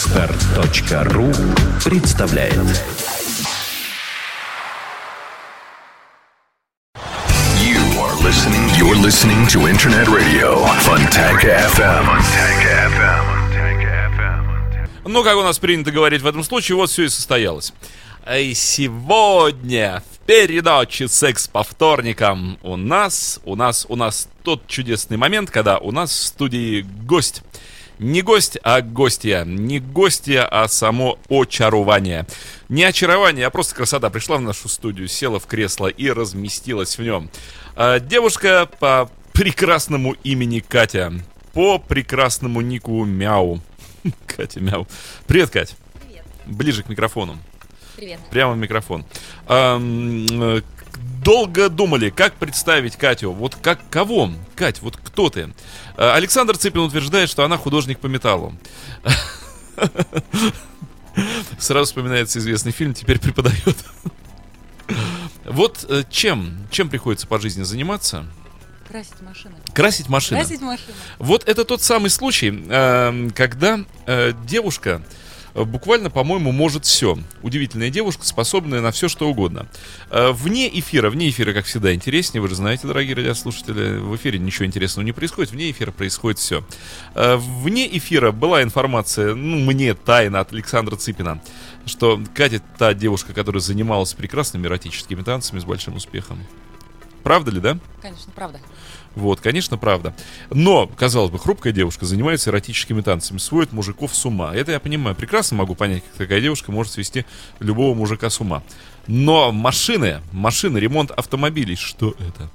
Отстар.ру представляет You are listening, you're listening to Internet Radio Funtech FM. Ну, как у нас принято говорить в этом случае, вот все и состоялось. А И сегодня в передаче «Секс по вторникам» у нас, у нас, у нас тот чудесный момент, когда у нас в студии гость. Не гость, а гостья. Не гостья, а само очарование. Не очарование, а просто красота. Пришла в нашу студию, села в кресло и разместилась в нем. А, Девушка по прекрасному имени Катя. По прекрасному нику Мяу. Катя Мяу. Привет, Кать. Привет. Ближе к микрофону. Привет. Прямо в микрофон. Ам, э, к- долго думали, как представить Катю. Вот как кого? Кать, вот кто ты? Э, Александр Цыпин утверждает, что она художник по металлу. Сразу вспоминается известный фильм, теперь преподает. Вот э, чем? Чем приходится по жизни заниматься? Красить машины. Красить машины. Красить машины. Вот это тот самый случай, эм, когда э, девушка э, буквально, по-моему, может все. Удивительная девушка, способная на все, что угодно. Э, Вне эфира, вне эфира, как всегда, интереснее. Вы же знаете, дорогие радиослушатели, в эфире ничего интересного не происходит. Вне эфира происходит все. Вне эфира была информация, ну, мне тайна от Александра Цыпина, что Катя та девушка, которая занималась прекрасными эротическими танцами с большим успехом. Правда ли, да? Конечно, правда. Вот, конечно, правда. Но, казалось бы, хрупкая девушка занимается эротическими танцами, сводит мужиков с ума. Это я понимаю, прекрасно могу понять, как такая девушка может свести любого мужика с ума. Но машины, машины, ремонт автомобилей, что это?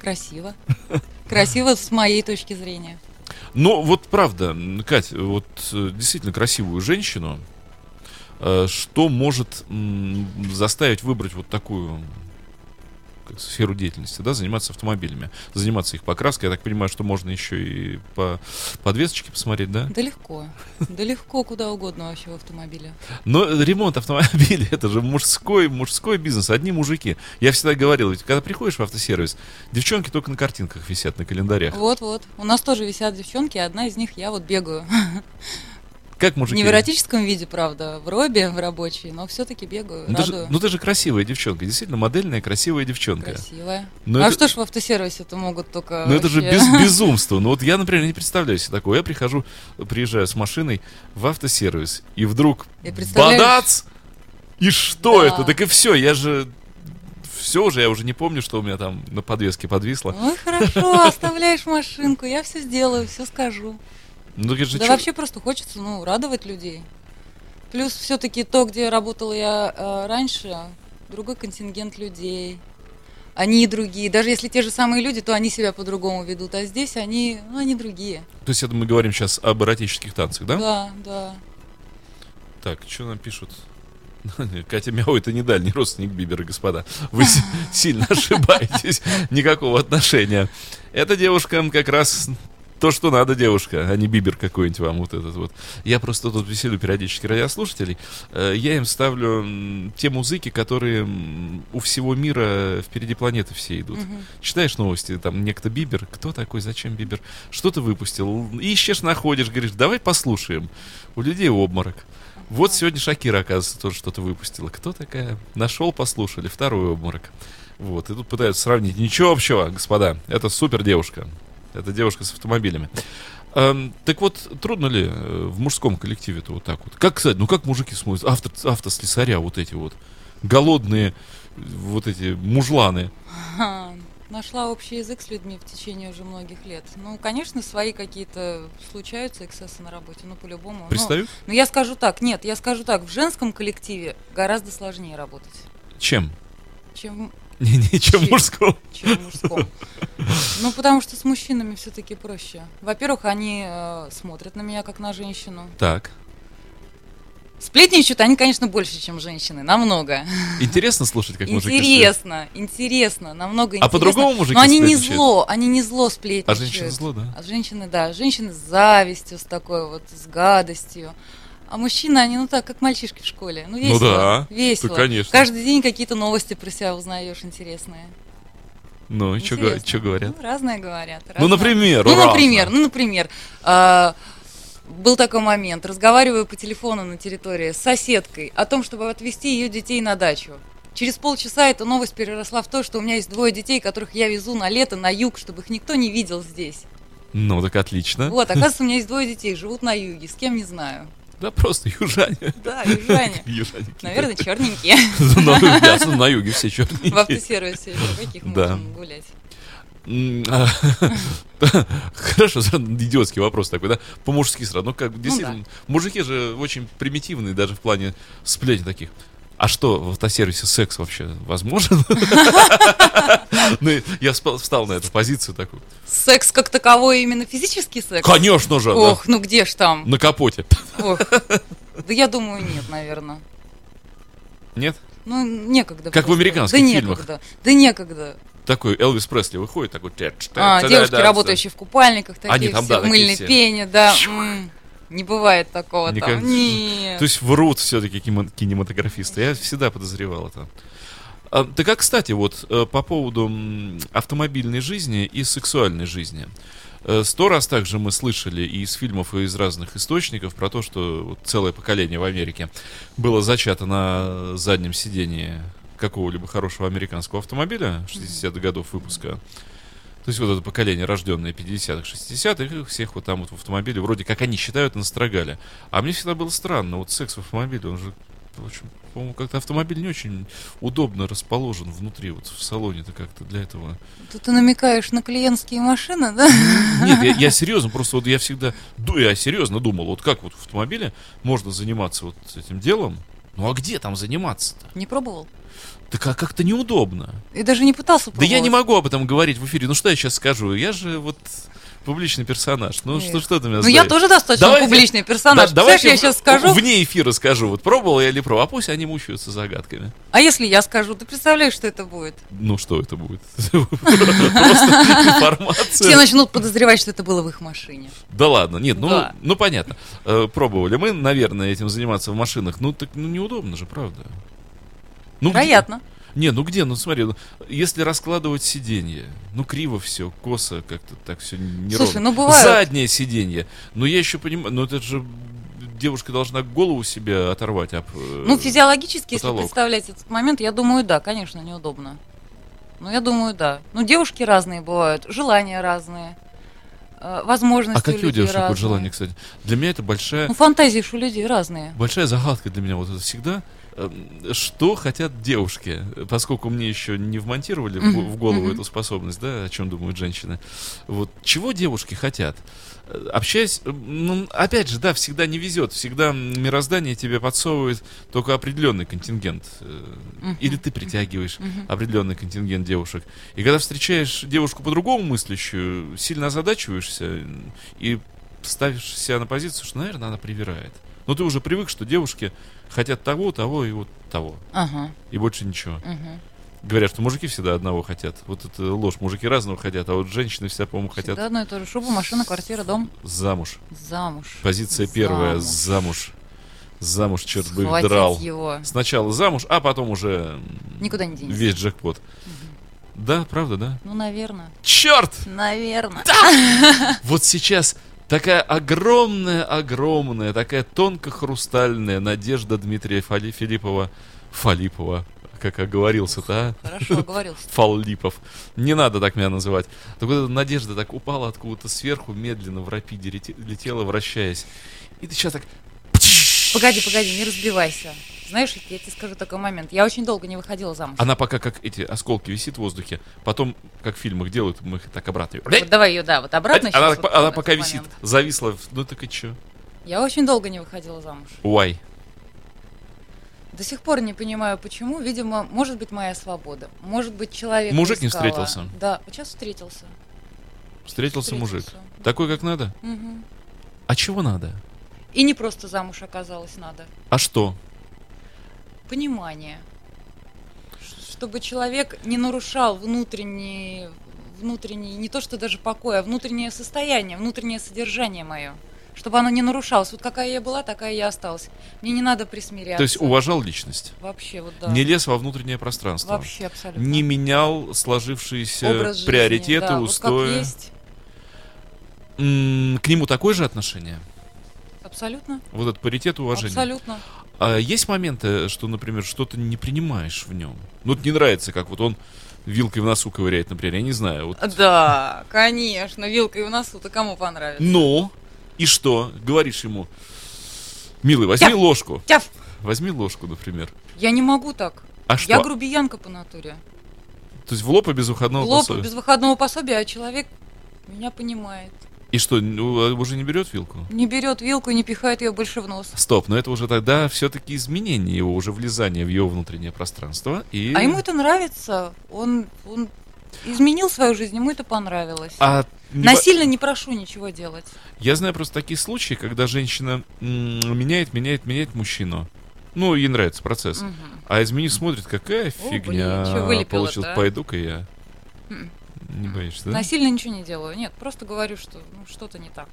Красиво. Красиво с моей точки зрения. Ну, вот правда, м, Кать, вот э, действительно красивую женщину, э, что может м, заставить выбрать вот такую как сферу деятельности, да, заниматься автомобилями, заниматься их покраской, я так понимаю, что можно еще и по подвесочке посмотреть, да? Да легко. Да легко куда угодно вообще в автомобиле. Но ремонт автомобиля это же мужской, мужской бизнес, одни мужики. Я всегда говорил, ведь когда приходишь в автосервис, девчонки только на картинках висят, на календарях. Вот-вот. У нас тоже висят девчонки, и одна из них я вот бегаю. Как мужики? Не в эротическом виде, правда, в робе, в рабочей, но все-таки бегаю, Ну ты, же, радую. ну ты же красивая девчонка, действительно модельная красивая девчонка. Красивая. Но а Ну, это- что ж в автосервисе-то могут только... Ну это же вообще? без, безумство. Ну вот я, например, не представляю себе такое. Я прихожу, приезжаю с машиной в автосервис, и вдруг И представляешь- бадац! И что Да. это? Так и все, я же... Все уже, я уже не помню, что у меня там на подвеске подвисло. Ой, Ну, хорошо, оставляешь машинку, я все сделаю, все скажу. Ну, я же да чё- вообще просто хочется, ну, радовать людей. Плюс все-таки то, где работала я э, раньше, другой контингент людей. Они и другие. Даже если те же самые люди, то они себя по-другому ведут. А здесь они, ну, они другие. То есть это мы говорим сейчас об эротических танцах, да? Да, да. Так, что нам пишут? Катя Мяу это не дальний родственник Бибера, господа. Вы си- сильно ошибаетесь. Никакого отношения. Эта девушка как раз то, что надо, девушка, а не Бибер какой-нибудь вам вот этот вот. Я просто тут веселю периодически радиослушателей. Э, Я им ставлю м, те музыки, которые м, у всего мира впереди планеты все идут. Мгм. Читаешь новости, там некто Бибер, кто такой, зачем Бибер, что ты выпустил, ищешь, находишь, говоришь, давай послушаем. У людей обморок. Вот сегодня Шакира, оказывается, тоже что-то выпустила. Кто такая? Нашел, послушали, второй обморок. Вот, и тут пытаются сравнить. Ничего общего, господа, это супер девушка. Это девушка с автомобилями. Эм, так вот, трудно ли э, в мужском коллективе-то вот так вот? Как, кстати, ну как мужики смотрят? Авто, автослесаря вот эти вот. Голодные, э, вот эти мужланы. Ха. Нашла общий язык с людьми в течение уже многих лет. Ну, конечно, свои какие-то случаются эксцессы на работе, ну, по-любому. Ну, Пристают? но я скажу так, нет, я скажу так, в женском коллективе гораздо сложнее работать, Чем? чем Не, не, чем Чем? мужского. чем в мужском. Ну, потому что с мужчинами все-таки проще. Во-первых, они э, смотрят на меня как на женщину. Так. Сплетничают они, конечно, больше, чем женщины, намного. Интересно слушать, как мужики сплетничают? интересно, интересно, намного А интересно. по-другому мужики Но они не сплетничают? зло, они не зло сплетничают. А женщина зло, да? А женщины, да, женщины с завистью, с такой вот, с гадостью. А мужчины, они, ну так, как мальчишки в школе. Ну, весело. да, Весело. да, конечно. Каждый день какие-то новости про себя узнаешь интересные. Ну, что Интересно. говорят? Ну, разное говорят. Ну, разное. например, Ну, разное. например, ну, например. а, был такой момент. Разговариваю по телефону на территории с соседкой о том, чтобы отвезти ее детей на дачу. Через полчаса эта новость переросла в то, что у меня есть двое детей, которых я везу на лето на юг, чтобы их никто не видел здесь. Ну, так отлично. Вот, оказывается, у меня есть двое детей, живут на юге, с кем не знаю. Да просто южане. Да, южане. Южане. Наверное, черненькие. Ну, ясно, на юге все черные. В автосервисе еще каких Да. можно гулять. М, а, Хорошо, сразу идиотский вопрос такой, да? По-мужски сразу. Ну, как бы, действительно, мужики же очень примитивные даже в плане сплетен таких. А что, в автосервисе секс вообще возможен? Ну, и я вспа- встал на эту позицию такую. Секс как таковой, именно физический секс? Конечно же, да, Ох, ну где ж там? на капоте. Ох. Да я думаю, нет, наверное. Нет? Ну, некогда. Как в просто. американских да фильмах. Некогда. Да некогда. Такой Элвис Пресли выходит, такой... тя-тя-тя, А, да-да-да, девушки, да. работающие в купальниках, такие Они там, все, да, в такие мыльной все. пене, да. м, Не бывает такого Никогда. там. Нет. То есть врут все-таки кинематографисты. Я всегда подозревал это. А, Так как, кстати, вот э, по поводу м, автомобильной жизни и сексуальной жизни. Э, Сто раз также мы слышали и из фильмов, и из разных источников про то, что вот целое поколение в Америке было зачато на заднем сидении какого-либо хорошего американского автомобиля 60-х годов выпуска. То есть вот это поколение, рожденное 50-х, 60-х, их всех вот там вот в автомобиле, вроде как они считают, настрогали. А мне всегда было странно, вот секс в автомобиле, он же, в общем, по-моему, как-то автомобиль не очень удобно расположен внутри, вот в салоне-то как-то для этого. Тут ты намекаешь на клиентские машины, да? Нет, я, я серьезно, просто вот я всегда, ду- я серьезно думал, вот как вот в автомобиле можно заниматься вот этим делом, ну а где там заниматься-то? Не пробовал. Так а как-то неудобно. И даже не пытался Да пробовать. я не могу об этом говорить в эфире. Ну что я сейчас скажу? Я же вот публичный персонаж. Ну Эх. что, что ты меня Ну я сдаешь? тоже достаточно Давайте- публичный Да, персонаж. Представляешь, давайте я в- сейчас скажу, Вне эфира скажу. Вот пробовал я или не пробовал. А пусть они мучаются загадками. а если я скажу, ты представляешь, что это будет? Ну что это будет? Просто Все информация. начнут подозревать, что это было в их машине. Да ладно, нет, ну, Да. ну понятно. Э, Пробовали мы, наверное, этим заниматься в машинах. Ну так ну, неудобно же, правда. Ну, где- Вероятно. Не, ну где, ну смотри, ну, если раскладывать сиденье, ну криво все, косо как-то так все не Слушай, ровно. ну, бывают. Заднее сиденье, ну я еще понимаю, ну это же девушка должна голову себе оторвать об... э, Ну, физиологически, если потолок. представлять этот момент, я думаю, да, конечно, неудобно. Ну, я думаю, да. Ну, девушки разные бывают, желания разные, э, возможности А какие у людей девушек вот разные. желания, кстати? Для меня это большая, Ну, фантазии ж у людей разные. большая загадка для меня вот это всегда. эм, Что хотят девушки? Поскольку мне еще не вмонтировали в го- Мгм, в голову мгм. эту способность, да, о чем думают женщины. Вот чего девушки хотят? Э, Общаясь, э, ну, опять же, да, всегда не везет, всегда м, мироздание тебе подсовывает только определенный контингент. э, Мгм. Или ты притягиваешь определенный контингент девушек. И когда встречаешь девушку по-другому мыслящую, сильно озадачиваешься э, и ставишь себя на позицию, что, наверное, она привирает. Но ты уже привык, что девушки хотят того, того и вот того. Ага, И больше ничего. мгм. Говорят, что мужики всегда одного хотят. Вот это ложь. Мужики разного хотят, а вот женщины всегда, по-моему, хотят Всегда одно и то же. Шуба, машина, квартира, дом, замуж. замуж. Позиция первая. Замуж. Замуж. Замуж, черт бы их Схватить драл. его. Сначала замуж, а потом уже м, Никуда не денется. весь джекпот. Да, правда, да? Ну, наверное. Черт! Наверное. Вот сейчас такая огромная-огромная, такая тонко-хрустальная надежда Дмитрия Фали- Филиппова. Фалипова, как оговорился-то, а? Хорошо, оговорился. Фаллипов. Не надо так меня называть. Так вот эта надежда так упала откуда-то сверху, медленно в рапиде лете- летела, вращаясь. И ты сейчас так... Погоди, погоди, не разбивайся. Знаешь, я тебе скажу такой момент. Я очень долго не выходила замуж. Она пока как эти осколки висит в воздухе, потом, как в фильмах делают, мы их так обратно. Вот давай ее, да, вот обратно. она, щас так- вот она этот пока висит, момент. зависла. в- Ну так и чё? Я очень долго не выходила замуж. Why? До сих пор не понимаю, почему. Видимо, может быть, моя свобода. Может быть, человек Мужик не искала. встретился? Да, вот сейчас встретился. Встретился мужик. Встретился. Такой, как надо? Мгм. А чего надо? И не просто замуж оказалось надо. А что? Понимание. Ш- Чтобы человек не нарушал внутренний, внутренний, не то что даже покоя, а внутреннее состояние, внутреннее содержание мое. чтобы оно не нарушалось. Вот какая я была, такая я осталась. Мне не надо присмиряться. То есть уважал личность. Вообще, вот да. Не лез во внутреннее пространство. Вообще абсолютно. Не менял сложившиеся Образ жизни, э, приоритеты, да, Вот как устои. есть. М, к нему такое же отношение? Абсолютно. Вот этот паритет уважения. Абсолютно. А есть моменты, что, например, что-то не принимаешь в нем? Ну, вот не нравится, как вот он вилкой в носу ковыряет, например, я не знаю. Вот. Да, конечно, вилка и в носу-то кому понравится. Ну, и что? Говоришь ему, милый, возьми Я- ложку. Тяф! Возьми ложку, например. Я не могу так. А что? Ну, Я грубиянка по натуре. То есть в лоб и без уходного Лоб посоли? без выходного пособия, а человек меня понимает. И что, ну, уже не берет вилку? Не берет вилку и не пихает ее больше в нос. Стоп, но это уже тогда все-таки изменение его, уже влезание в его внутреннее пространство. И... А ему это нравится. Он, он изменил свою жизнь, ему это понравилось. А не по- Насильно не прошу ничего делать. Я знаю просто такие случаи, когда женщина м, меняет, меняет, меняет мужчину. Ну, ей нравится процесс. Мгм. А изменив смотрит, какая блин, фигня чё вылепила-то, получилась. а? Пойду-ка я. М. Не боишься, да? Насильно ничего не делаю. Нет, просто говорю, что ну, что-то не так.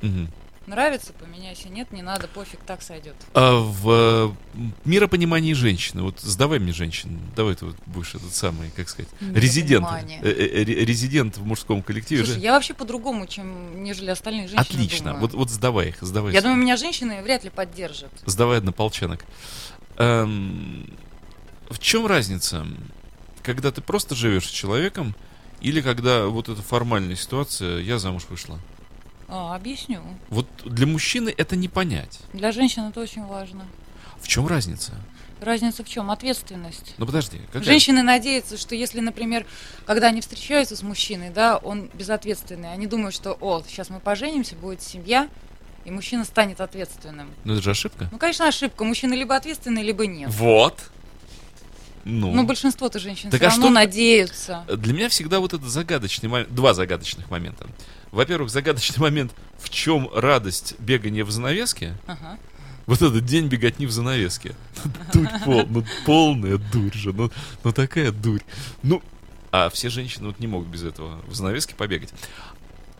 Мгм. Нравится, поменяйся. Нет, не надо, пофиг, так сойдет. А в э, миропонимании женщины, вот сдавай мне женщин, давай ты вот будешь этот самый, как сказать, резидент, Миропонимание. э, э, э, ре- резидент в мужском коллективе. Слушай, же- я вообще по-другому, чем нежели остальные женщины. Отлично, думаю. вот, вот сдавай их, сдавай. Я думаю, меня женщины вряд ли поддержат. Сдавай однополчанок. Эм, в чем разница, когда ты просто живешь с человеком, или когда вот эта формальная ситуация, я замуж вышла? А, объясню. Вот для мужчины это не понять. Для женщин это очень важно. В чем разница? Разница в чем? Ответственность. Ну подожди, какая- Женщины надеются, что если, например, когда они встречаются с мужчиной, да, он безответственный, они думают, что, о, сейчас мы поженимся, будет семья, и мужчина станет ответственным. Ну это же ошибка. Ну, конечно, ошибка. Мужчина либо ответственный, либо нет. Вот. Ну. Но большинство-то женщин Так все а равно что- надеются. Для меня всегда вот этот загадочный момент, два загадочных момента. Во-первых, загадочный момент, в чем радость бегания в занавеске, Ага. Вот этот день беготни в занавеске. Ну, Дурь пол, ну полная дурь же, ну, ну такая дурь. Ну, а все женщины вот не могут без этого в занавеске побегать.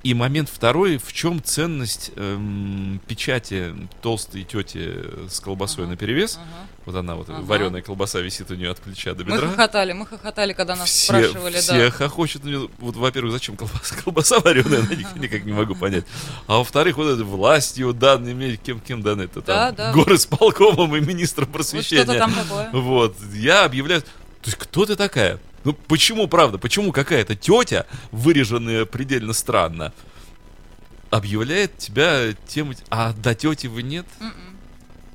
И момент второй, в чем ценность эм, печати толстой тети с колбасой Ага, на перевес? ага. Вот она вот Ага. Ну, вареная колбаса висит у нее от плеча до Мы бедра. хохотали, мы хохотали, когда нас Все, спрашивали, все да. хохочут. на неё. Вот, во-первых, зачем колбаса, колбаса вареная, я ник- никак не могу понять. А во-вторых, вот это властью данные, мне кем, кем даны, это Да, там да. горы с полкомом и министром Вот что-то просвещения. там такое. Вот, я объявляю, то есть кто ты такая? Ну почему, правда, почему какая-то тетя, выреженная предельно странно, объявляет тебя тем, а до тети вы нет? М-м.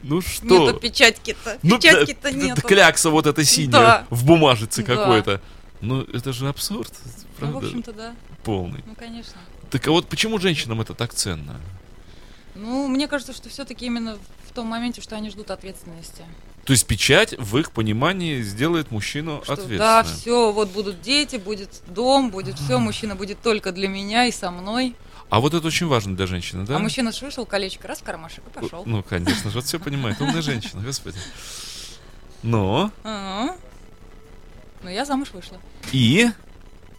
Ну что? Нету печатьки-то. Ну, Печатьки-то да, нету. да, Клякса вот эта синяя Да. в бумажице Да. какой-то. Ну, это же абсурд, Ну, в правда, общем-то, да. полный. Ну, конечно. Так а вот почему женщинам это так ценно? Ну, мне кажется, что все-таки именно в том моменте, что они ждут ответственности. То есть печать в их понимании сделает мужчину Что ответственным. да, все, вот будут дети, будет дом, будет все, мужчина будет только для меня и со мной. А вот это очень важно для женщины, да? А мужчина ж вышел, колечко раз в кармашек и пошел. Ну, конечно же, вот все понимает. Умная женщина, господи. Но Ага. Ну, я замуж вышла. и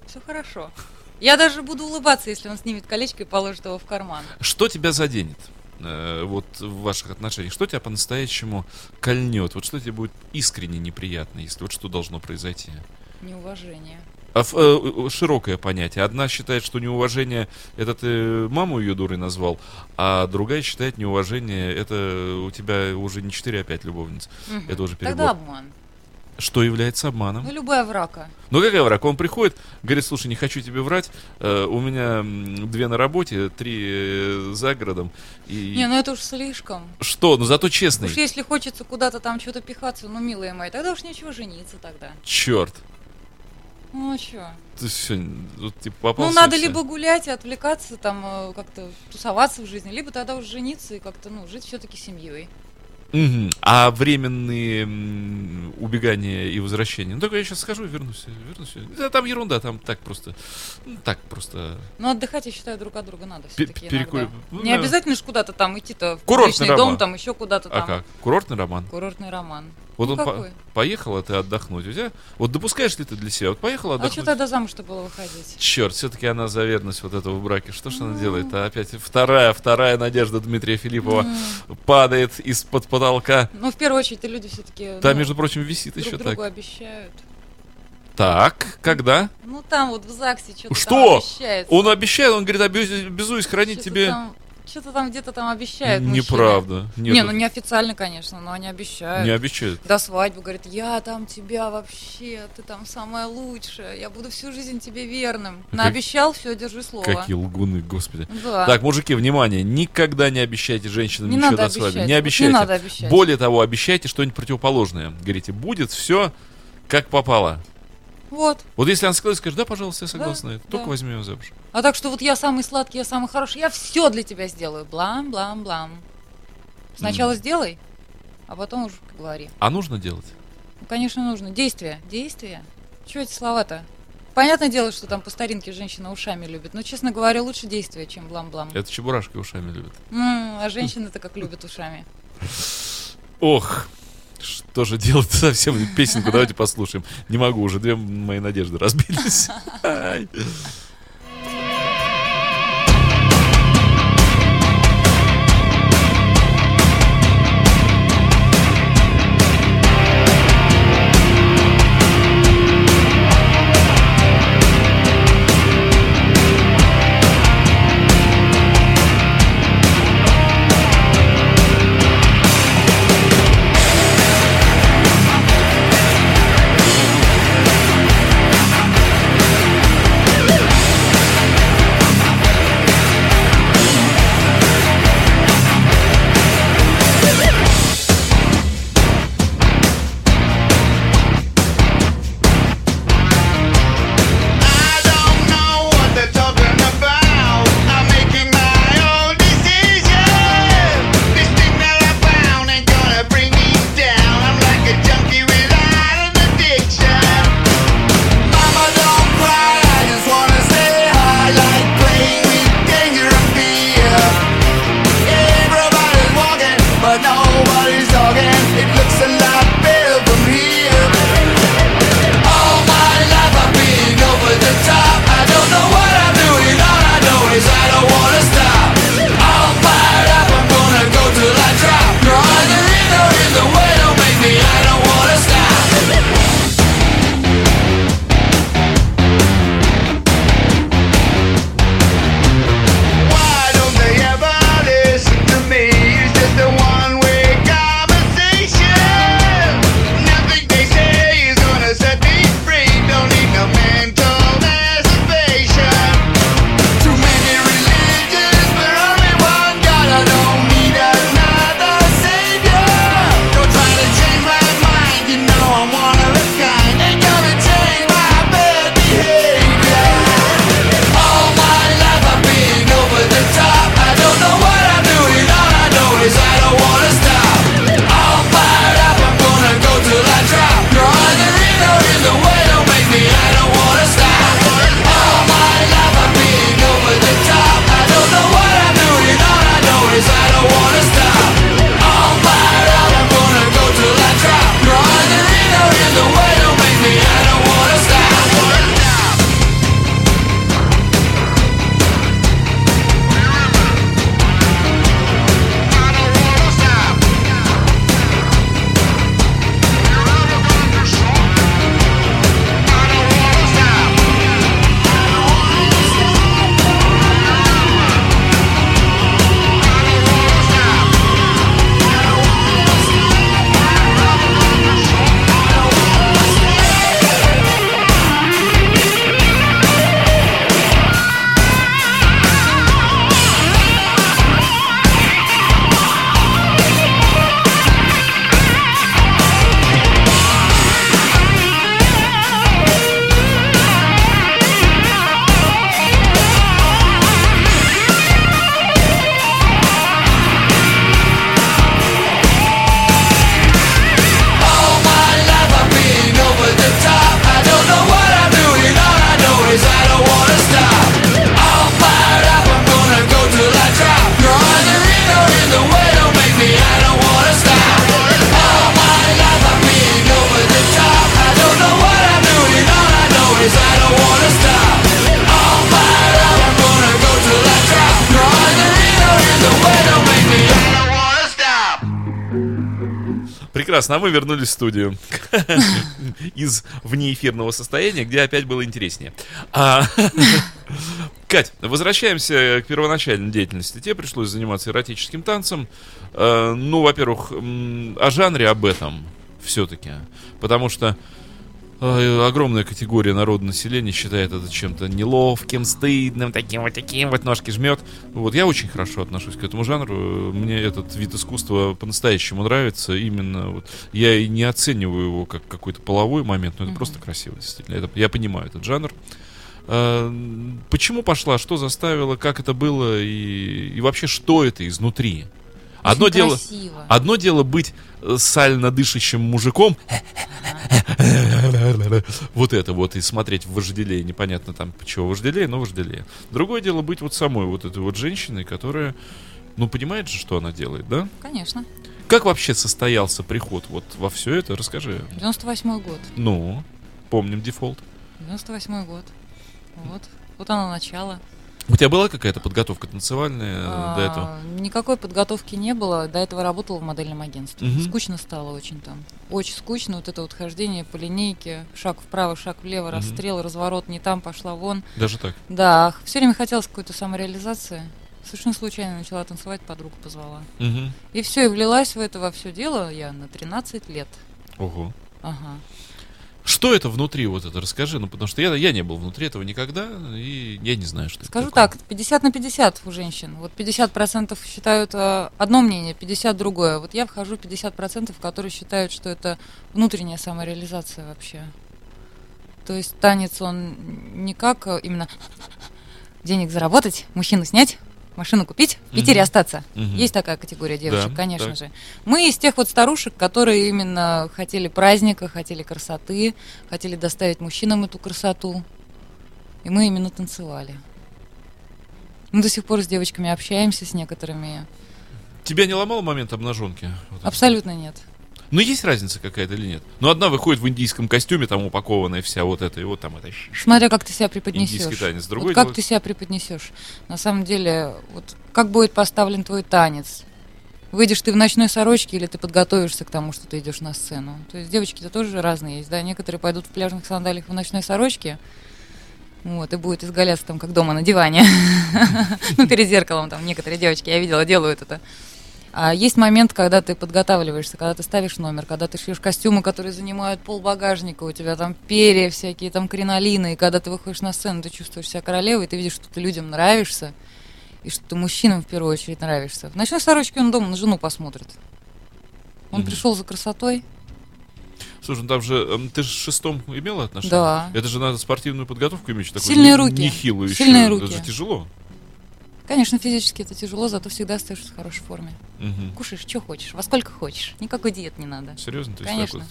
Все хорошо. Я даже буду улыбаться, если он снимет колечко и положит его в карман. что тебя заденет? э, Вот в ваших отношениях, что тебя по-настоящему кольнет? Вот что тебе будет искренне неприятно, если вот что должно произойти? Неуважение. А ф- э, э, широкое понятие. Одна считает, что неуважение это ты маму ее дурой назвал, а другая считает неуважение это у тебя уже не 4, а 5 любовниц. Мгм. Это уже перебор. Тогда обман. Что является Ну, обманом. любая врака. Ну какая враг? Он приходит, говорит, слушай, не хочу тебе врать, э, у меня м, две на работе, три э, за городом. И... Не, ну это уж слишком. Что? Ну зато честный. Уж если хочется куда-то там что-то пихаться, ну, милые мои, тогда уж нечего жениться тогда. Черт. Ну, а чё? Ты все, вот, типа, попался Ну, и надо всё. либо гулять и отвлекаться, там, э, как-то тусоваться в жизни, либо тогда уже жениться и как-то, ну, жить все-таки семьей. Мгм. А временные м, убегания и возвращения. Ну только я сейчас схожу и вернусь, и вернусь. Да, там ерунда, там так просто. ну, так просто. Но Ну, отдыхать, я считаю, друг от друга надо Пе- все-таки перекури- ну, Не да. обязательно же куда-то там идти-то в Курортный публичный роман. дом, там еще куда-то А там. как? Курортный роман. Курортный роман. Вот Ну, он по- какой? поехала ты отдохнуть. У тебя... Вот допускаешь ли ты для себя? Вот поехала А отдохнуть. что тогда замуж-то было выходить? Черт, все-таки она за верность вот этого в браке. Что ж Ну. она делает? А опять вторая, вторая надежда Дмитрия Филиппова падает из-под потолка. Ну, в первую очередь, люди все-таки Там, между прочим, висит Ну, друг еще другу так. обещают. Так, когда? Ну, там вот в ЗАГСе что-то Что? обещает. Он обещает, он говорит, обязуюсь, обязуюсь хранить тебе... Что-то там где-то там обещает Неправда. Не, ну это- не официально, конечно, но они обещают. не обещает. До свадьбы, говорит, я там тебя вообще, ты там самая лучшая, я буду всю жизнь тебе верным. А Наобещал, все, держи слово. Какие лгуны, господи. Да. Так, мужики, внимание, никогда не обещайте женщинам не ничего надо до свадьбы. обещать. Вот Не обещайте. Не надо обещать. Более того, обещайте что-нибудь противоположное. Говорите, будет все как попало. Вот. Вот если она согласна, скажет, да, пожалуйста, я согласна на это. да. Только возьми ее замуж. А так что вот я самый сладкий, я самый хороший, я все для тебя сделаю. Блам-блам-блам. Сначала сделай, а потом уже говори. А нужно делать? Ну, конечно, нужно. Действие. Действие. Чего эти слова-то? Понятное дело, что там по старинке женщина ушами любит. Но, честно говоря, лучше действие, чем блам-блам. Это чебурашки ушами любят. М, а женщины-то как любят ушами. Ох, что же делать совсем? Песенку давайте послушаем. Не могу, уже две мои надежды разбились. Ай. Thank прекрасно, а мы вернулись в студию из внеэфирного состояния, где опять было интереснее. А, Кать, возвращаемся к первоначальной деятельности. Тебе пришлось заниматься эротическим танцем. Э, Ну, во-первых, м, о жанре об этом все-таки. Потому что э, огромная категория народного населения считает это чем-то неловким, стыдным, таким вот таким вот ножки жмет. Вот я очень хорошо отношусь к этому жанру. Мне этот вид искусства по-настоящему нравится. Именно вот я и не оцениваю его как какой-то половой момент, но это Мгм. просто красиво, действительно. Это- я понимаю этот жанр. Э, Почему пошла, что заставило, как это было и, и вообще что это изнутри? Одно Очень дело, А. Красиво. одно дело быть э, сально дышащим мужиком, вот это вот, и смотреть в вожделее, непонятно там чего вожделее, но вожделее. Другое дело быть вот самой вот этой вот женщиной, которая, ну, понимает же, что она делает, да? Конечно. Как вообще состоялся приход вот во все это? Расскажи. 98 год. Ну, помним дефолт. 98 год. Вот. Вот оно начало. У тебя была какая-то подготовка танцевальная э, до А, этого? Никакой подготовки не было. До этого работала в модельном агентстве. Мгм. Скучно стало очень там. Очень скучно вот это вот хождение по линейке. Шаг вправо, шаг влево, Мгм. расстрел, разворот, не там, пошла вон. Даже так? Да, все время хотелось какой-то самореализации. Совершенно случайно начала танцевать, подругу позвала. Мгм. И все, и влилась в это во все дело я на 13 лет. Ого. Ага. Что это внутри вот это? Расскажи, ну потому что я, я не был внутри этого никогда, и я не знаю, что это Скажу такое. так, 50 на 50 у женщин. Вот 50% считают э, одно мнение, 50 другое. Вот я вхожу в 50%, которые считают, что это внутренняя самореализация вообще. То есть танец, он не как э, именно денег заработать, мужчину снять, машину купить, в Питере Мгм. остаться. Мгм. Есть такая категория девушек, Да, конечно так. же. Мы из тех вот старушек, которые именно хотели праздника, хотели красоты, хотели доставить мужчинам эту красоту. И мы именно танцевали. Мы до сих пор с девочками общаемся, с некоторыми. Тебя не ломал момент обнаженки? Вот это? Абсолютно нет. Ну есть разница какая-то или нет? Ну одна выходит в индийском костюме, там упакованная вся вот это, и вот там это. Смотря как ты себя преподнесешь. Индийский танец. Вот Другой как дело- ты себя преподнесешь? На самом деле, вот как будет поставлен твой танец? Выйдешь ты в ночной сорочке или ты подготовишься к тому, что ты идешь на сцену? То есть девочки-то тоже разные есть, да? Некоторые пойдут в пляжных сандалиях в ночной сорочке, вот, и будет изгаляться там, как дома на диване. Ну, перед зеркалом там некоторые девочки, я видела, делают это. А есть момент, когда ты подготавливаешься, когда ты ставишь номер, когда ты шьешь костюмы, которые занимают пол багажника, у тебя там перья всякие, там кринолины, и когда ты выходишь на сцену, ты чувствуешь себя королевой, и ты видишь, что ты людям нравишься, и что ты мужчинам в первую очередь нравишься. В ночной сорочке он дома на жену посмотрит. Он Мгм. пришел за красотой. Слушай, ну там же эм, ты же с шестом имела отношение? Да. Это же надо спортивную подготовку иметь, такую Сильные не- руки. нехилую ещё. Сильные Это руки. же тяжело. Конечно, физически это тяжело, зато всегда остаешься в хорошей форме. Мгм. Кушаешь, что хочешь, во сколько хочешь. Никакой диет не надо. Серьезно, то есть Конечно. так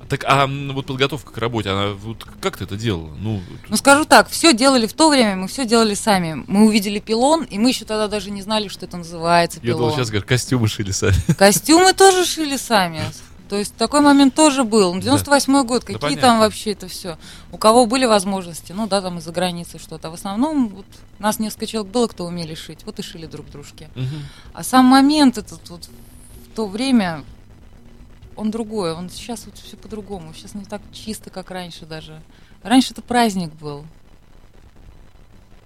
вот. Так, а м, вот подготовка к работе, она вот как ты это делала? Ну, Ну скажу так, все делали в то время, мы все делали сами. Мы увидели пилон, и мы еще тогда даже не знали, что это называется я думал, пилон. сейчас говорю, костюмы шили сами. Костюмы тоже шили сами. То есть такой момент тоже был. Ну, 98-й год, какие понятно. там вообще это все? У кого были возможности, ну да, там из-за границы что-то. А В основном вот, нас несколько человек было, кто умели шить. Вот и шили друг дружке. Мгм. А сам момент этот вот в то время, он другой. Он сейчас вот все по-другому. Сейчас не так чисто, как раньше даже. Раньше это праздник был.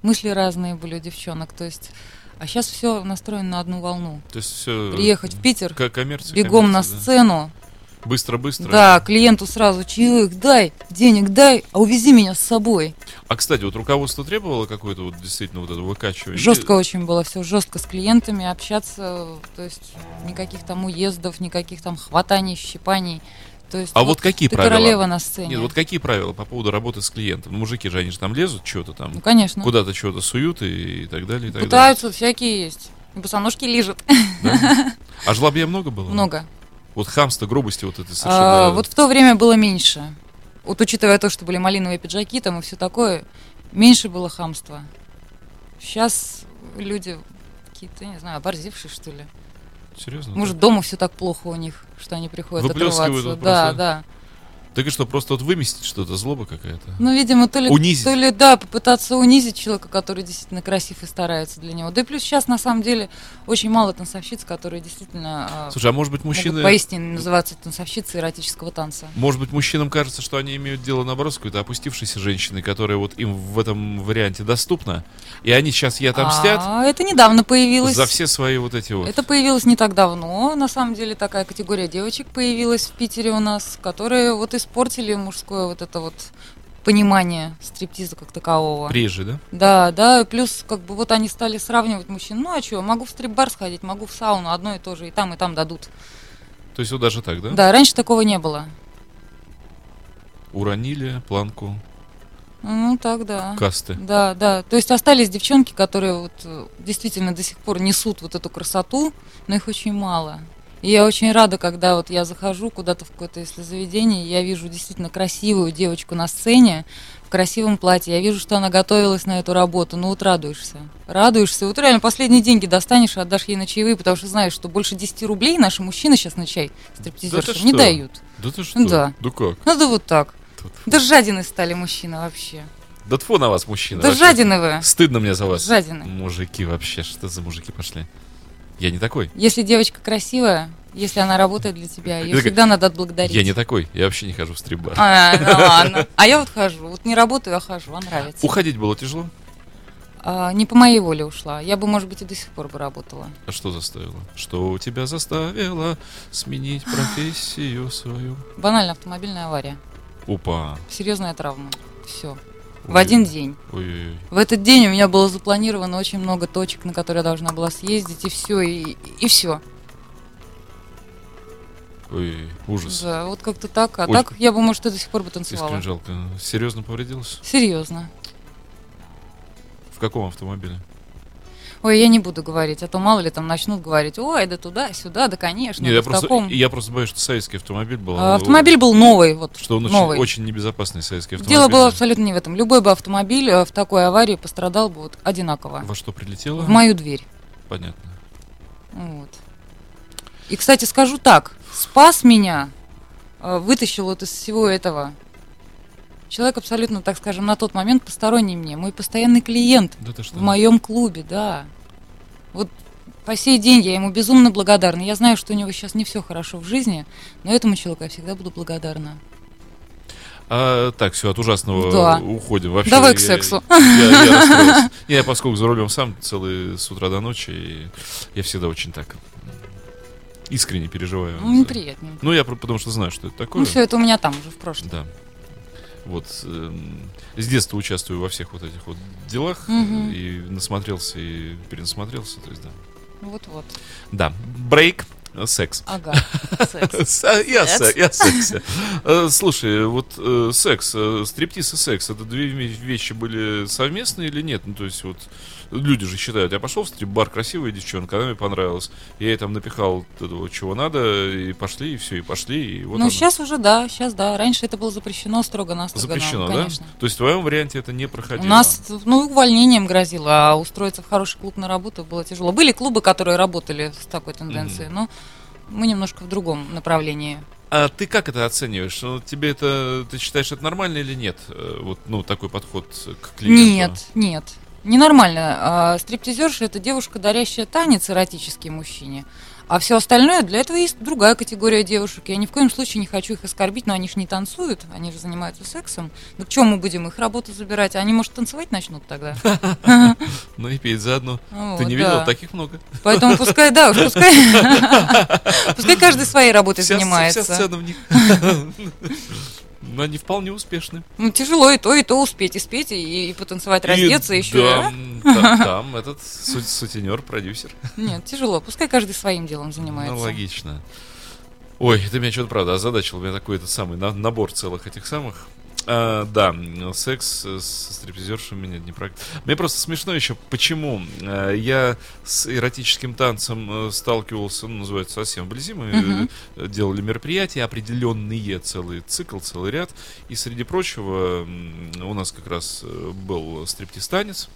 Мысли разные были у девчонок. То есть, а сейчас все настроено на одну волну. То есть все... Приехать в Питер, К- коммерция, бегом на коммерция, сцену. да. Быстро-быстро. Да, клиенту сразу чаевых дай, денег дай, а увези меня с собой. А, кстати, вот руководство требовало какое-то вот действительно вот это выкачивание? Жестко очень было все, жестко с клиентами общаться, то есть никаких там уездов, никаких там хватаний, щипаний. То есть А вот какие ты правила? королева на сцене. Нет, вот какие правила по поводу работы с клиентом? Ну, мужики же, они же там лезут, что-то там, Ну, конечно. куда-то что-то суют и, и так далее, и так Пытаются, всякие есть. И босоножки лижут. далее. Да? А жлобья много было? Много. Вот хамство, грубости вот это А, совершенно... э, вот в то время было меньше. Вот учитывая то, что были малиновые пиджаки там и все такое, меньше было хамства. Сейчас люди какие-то, я не знаю, оборзевшие, что ли. Серьезно? Может, дома все так плохо у них, что они приходят Выплескивают отрываться. Ну вот Да, просто. да. Так и что, просто вот выместить что-то, злоба какая-то? Ну, видимо, то ли, Унизить. то ли да, попытаться унизить человека, который действительно красив и старается для него. Да и плюс сейчас на самом деле очень мало танцовщиц, которые действительно э, Слушай, а может быть могут мужчины... поистине называться танцовщицы эротического танца. Может быть, мужчинам кажется, что они имеют дело, наоборот, с какой-то опустившейся женщиной, которая вот им в этом варианте доступна, и они сейчас ей отомстят А, это недавно появилось. за все свои вот эти вот... Это появилось не так давно. На самом деле такая категория девочек появилась в Питере у нас, которые вот испортили мужское вот это вот понимание стриптиза как такового. Реже, да? Да, да, и плюс как бы вот они стали сравнивать мужчин. Ну а что, могу в стрип-бар сходить, могу в сауну, одно и то же, и там, и там дадут. То есть вот даже так, да? Да, раньше такого не было. Уронили планку Ну так, да. касты. Да, да. То есть остались девчонки, которые вот э, действительно до сих пор несут вот эту красоту, но их очень мало. И я очень рада, когда вот я захожу куда-то в какое-то, если заведение, и я вижу действительно красивую девочку на сцене в красивом платье. Я вижу, что она готовилась на эту работу. Ну вот радуешься. Радуешься. Вот реально последние деньги достанешь и отдашь ей на чаевые, потому что знаешь, что больше 10 рублей наши мужчины сейчас на чай стриптизершам не что? дают. Да ты что? Да. Ну как? Ну да вот так. Тут. Да жадины стали мужчины вообще. Да тьфу на вас, мужчина. Да вообще. жадины вы. Стыдно мне за вас. Жадины. Мужики вообще, что за мужики пошли? Я не такой. Если девочка красивая, если она работает для тебя, ее такая, всегда надо отблагодарить. Я не такой. Я вообще не хожу в стрип А, ну ладно. А я вот хожу. Вот не работаю, а хожу, а нравится. Уходить было тяжело? А, не по моей воле ушла. Я бы, может быть, и до сих пор бы работала. А что заставило? Что тебя заставило сменить профессию свою? Банально автомобильная авария. Опа. Серьезная травма. Все. В Ой. один день. Ой-ой-ой. В этот день у меня было запланировано очень много точек, на которые я должна была съездить, и все, и, и все. Ой, ужас. Да, вот как-то так. А Очень- так я бы, может, и до сих пор бы Искренне танцевала. жалко. Серьезно повредилась? Серьезно. В каком автомобиле? Ой, я не буду говорить, а то мало ли там начнут говорить, ой, да туда, сюда, да конечно, Нет, да я в просто, таком». я просто боюсь, что советский автомобиль был. А, он- Автомобиль был новый, вот Что он очень, новый. очень небезопасный советский автомобиль. Дело было абсолютно не в этом. Любой бы автомобиль э, в такой аварии пострадал бы вот одинаково. Во что прилетело? В мою дверь. Понятно. Вот. И, кстати, скажу так, спас меня, э, вытащил вот из всего этого человек абсолютно, так скажем, на тот момент посторонний мне, мой постоянный клиент. Да ты что? В моем клубе, да. Вот по сей день я ему безумно благодарна. Я знаю, что у него сейчас не все хорошо в жизни, но этому человеку я всегда буду благодарна. А, так, все, от ужасного Да. уходим. Вообще, Давай к я- сексу. Я, я расстроился. Не, я поскольку за рулем сам целый с утра до ночи, и я всегда очень так м, искренне переживаю. Ну, неприятненько. Ну, я про- потому что знаю, что это такое. Ну, все это у меня там уже в прошлом. Да. Вот эм, с детства участвую во всех вот этих вот делах Мгм. и насмотрелся и перенасмотрелся, то есть да. Вот-вот. Да, брейк, э, секс. Ну, Ага. Секс. С- э, Я, Секс. се- я сексе. Э, Слушай, вот э, секс, э, стриптиз и секс, это две ве- вещи были совместные или нет? Ну, то есть вот люди же считают, я пошел в стрип-бар, красивая девчонка, она мне понравилась. Я ей там напихал этого, чего надо, и пошли, и все, и пошли, и вот Ну, оно. сейчас уже, да, сейчас, да. Раньше это было запрещено строго-настрого. нам, Запрещено, да? Конечно. То есть в твоем варианте это не У проходило? нас, ну, увольнением грозило, а устроиться в хороший клуб на работу было тяжело. Были клубы, которые работали с такой тенденцией, но мы немножко в другом направлении. А ты как это оцениваешь? Ну, тебе это, ты считаешь, это нормально или нет? Э, Вот, ну, такой подход к клиенту. Нет, нет. Ненормально. А, стриптизерша это девушка, дарящая танец эротический мужчине. А все остальное, для этого есть другая категория девушек. Я ни в коем случае не хочу их оскорбить, но они же не танцуют, они же занимаются сексом. Да к чему мы будем их работу забирать? Они, может, танцевать начнут тогда? Ну и петь заодно. Вот, Ты не видела? да. Таких много. Поэтому пускай, да, уж пускай... Пускай каждый своей работой Вся сц- Вся занимается. сцена в них. Но они вполне успешны. Ну, тяжело и то, и то успеть, и спеть, и и потанцевать, раздеться И еще. да, м, та- Там этот су- сутенер, продюсер. Нет, тяжело. Пускай каждый своим делом занимается. Ну, логично. Ой, ты меня что-то, правда, озадачил. У меня такой этот самый на- набор целых этих самых. А, да, м, секс э, со стриптизершей у меня не практи- Мне просто смешно еще, почему э, я с эротическим танцем э, сталкивался, ну, называется, совсем вблизи. Мы э, Мгм. э, делали мероприятия определенные, целый цикл, целый ряд. И, среди прочего, м, у нас как раз э, был стриптистанец.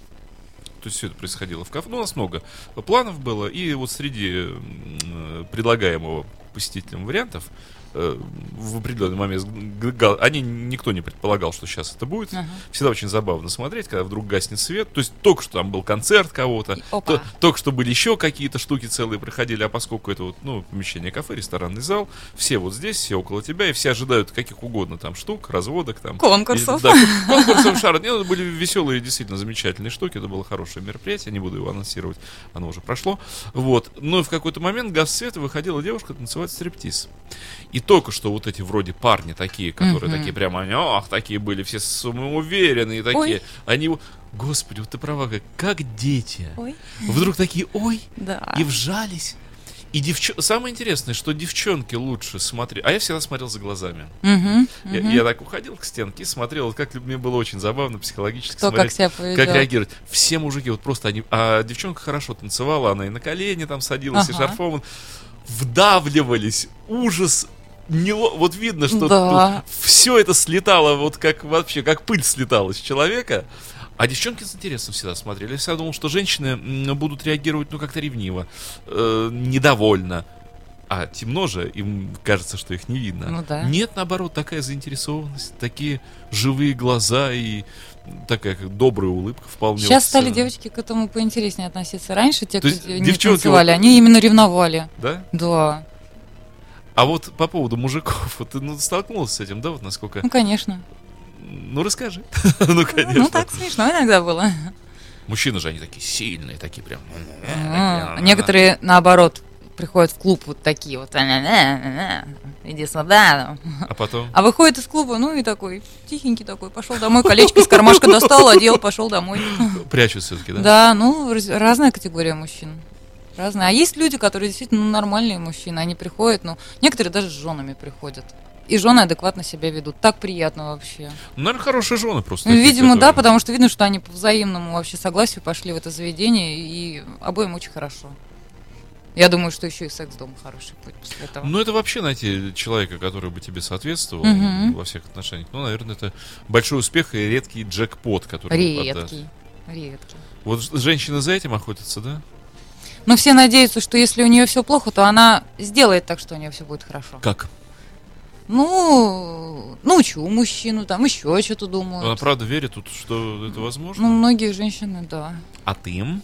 То есть все это происходило в кафе. Ну, у нас много планов было. И вот среди м, э, предлагаемого посетителям вариантов э, в определенный момент. г- га- Они никто не предполагал, что сейчас это будет. Ага. Всегда очень забавно смотреть, когда вдруг гаснет свет. То есть только что там был концерт кого-то, И опа. то- только что были еще какие-то штуки целые проходили, а поскольку это вот, ну, помещение кафе, ресторанный зал, все вот здесь, все около тебя, и все ожидают каких угодно там штук, разводок там. Конкурсов. И- да, кон- конкурсов шара. Нет, это были веселые, действительно замечательные штуки. Это было хорошее мероприятие, не буду его анонсировать, оно уже прошло. Вот. Ну и в какой-то момент газ света выходила девушка танцевать стриптиз. И только что вот эти вроде парни такие, которые Мгм. такие прямо, они, ах, такие были, все самоуверенные такие. Ой. Они, вот- господи, вот ты права, как, как дети. Ой, Вдруг такие, ой, да. и вжались. И девчон... самое интересное, что девчонки лучше смотрели. А я всегда смотрел за глазами. Мгм, Я, мгм. я так уходил к стенке и смотрел, вот как мне было очень забавно психологически Кто как смотреть, себя как, поведет. реагировать. Все мужики, вот просто они... А девчонка хорошо танцевала, она и на колени там садилась, и Ага. шарфом вдавливались. Ужас. Нело... Вот видно, что Да. все это слетало, вот как вообще, как пыль слетала с человека. А девчонки с интересом всегда смотрели. Я всегда думал, что женщины м, будут реагировать, ну, как-то ревниво, э, недовольно. А темно же, им кажется, что их не видно. Ну да. Нет, наоборот, такая заинтересованность, такие живые глаза и такая как добрая улыбка вполне. Сейчас вот стали сцена. девочки к этому поинтереснее относиться. Раньше те, То кто есть де- не девчонки танцевали, вот- они именно ревновали. Да? Да. А вот по поводу мужиков, вот ты ну, столкнулась с этим, да, вот насколько... Ну, конечно. Ну, расскажи. ну, конечно. Ну, так смешно иногда было. Мужчины же, они такие сильные, такие прям... ну, М, А, Некоторые, наоборот, приходят в клуб вот такие вот. «Э-э-э-э-э, Иди сюда. ну». А потом... А выходит из клуба, ну и такой, тихенький такой, пошел домой, колечко из кармашка достал, одел, пошел домой. Прячут все-таки, да? А. Да, ну, раз- разная категория мужчин. Разная. А есть люди, которые действительно ну, нормальные мужчины, они приходят, ну, некоторые даже с женами приходят. И жены адекватно себя ведут. Так приятно вообще. Ну, наверное, хорошие жены просто. Ну, такие, Видимо, да, которые- потому что видно, что они по взаимному вообще согласию пошли в это заведение, и обоим очень хорошо. Я думаю, что еще и секс дома хороший путь после этого. Ну, это вообще найти человека, который бы тебе соответствовал Мгм. во всех отношениях. Ну, наверное, это большой успех и редкий джекпот, который выпадает. Редкий. Редкий. Вот ж- женщины за этим охотятся, да? Но все надеются, что если у нее все плохо, то она сделает так, что у нее все будет хорошо. Как? Ну, научу мужчину, там еще что-то думают. Она правда верит, тут, что это возможно? Ну, многие женщины, да. а ты им?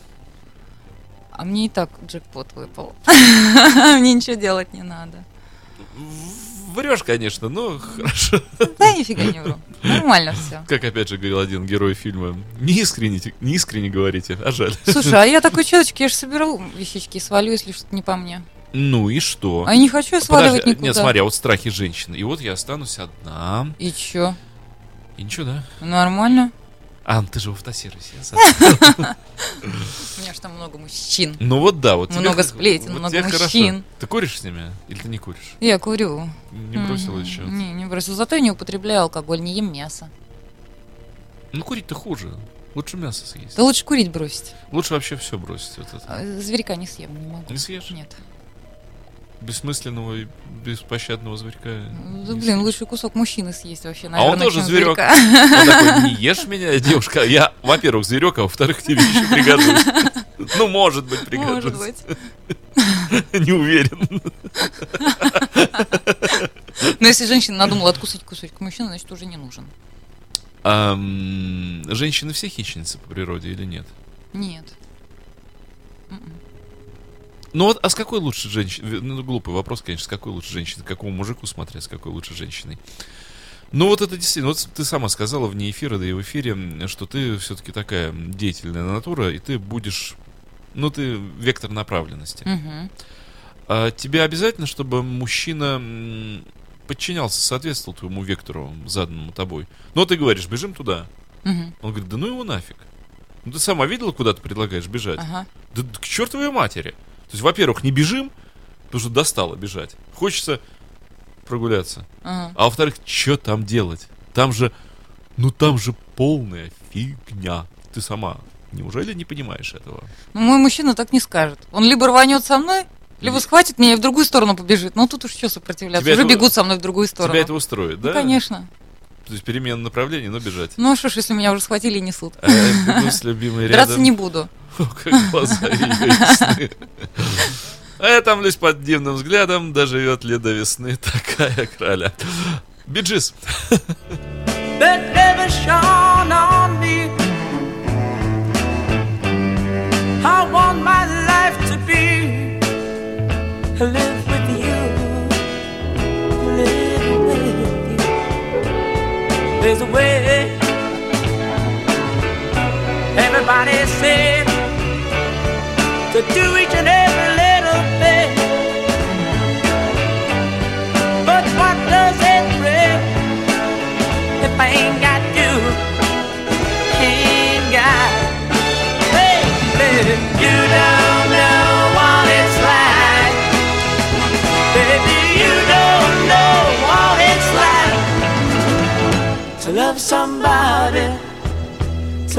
А мне и так джекпот выпал. Мне ничего делать не надо. Врешь, конечно, но хорошо. Да, нифига не вру. Нормально все. Как опять же говорил один герой фильма, не искренне, не искренне говорите, а жаль. Слушай, а я такой человечек, я же соберу вещички и свалю, если что-то не по мне. Ну и что? А я не хочу я сваливать Подожди, никуда. нет, смотри, а вот страхи женщины. И вот я останусь одна. И чё? И ничего, да? Нормально? А, ты же в автосервисе. я сам. У меня же там много мужчин. Ну вот да, вот тебе Много х- сплетен, вот много тебе хорошо. мужчин. Ты куришь с ними? Или ты не куришь? Я курю. Не бросила Мгм. еще? Не, не бросила. Зато я не употребляю алкоголь, не ем мясо. Ну курить-то хуже. Лучше мясо съесть. Да лучше курить бросить. Лучше вообще все бросить. Вот это. А, Зверька не съем, не могу. Не съешь? Нет. Бессмысленного и беспощадного зверька. Ну, Да, не блин, съешь. лучше кусок мужчины съесть вообще, А наверное, он тоже чем зверек. зверька. Он такой, не ешь меня, девушка. Я, во-первых, зверек, а во-вторых, тебе еще пригожусь. Ну, может быть, пригожусь. Может быть. Не уверен. Но если женщина надумала откусать кусочек мужчины, значит, уже не нужен. Ам, женщины все хищницы по природе или нет? Нет. М-м. Ну вот, а с какой лучше женщиной? Ну, глупый вопрос, конечно, с какой лучше женщиной? К Какому мужику смотря, с какой лучше женщиной? Ну вот это действительно, вот ты сама сказала вне эфира, да и в эфире, м, что ты все-таки такая деятельная натура, и ты будешь, ну ты вектор направленности. Мгм. А тебе обязательно, чтобы мужчина м, подчинялся, соответствовал твоему вектору, заданному тобой? Ну ты говоришь, бежим туда. Мгм. Он говорит, да ну его нафиг. Ну ты сама видела, куда ты предлагаешь бежать? Ага. Да д- к чертовой матери. То есть, во-первых, не бежим, потому что достало бежать. Хочется прогуляться. Ага. А во-вторых, что там делать? Там же, ну там же полная фигня. Ты сама неужели не понимаешь этого? Ну, мой мужчина так не скажет. Он либо рванет со мной, либо схватит меня и в другую сторону побежит. Ну, тут уж что сопротивляться. Тебя уже это- бегут со мной в другую сторону. Тебя это устроит, да? Ну, конечно. То есть перемена направления, но бежать. Ну, а что ж, если меня уже схватили и несут. А я бегу с любимой рядом. Драться не буду. О, как глаза ее ясны. А там лишь под дивным взглядом доживет ли до весны такая краля. Биджис. that ever shone on me. I want my life to be live with you, live with you. There's a way. Everybody said to do each and every little thing, but what does it bring? if I ain't got you, ain't got. Hey, baby, you don't know what it's like. Baby, you don't know what it's like to love somebody, to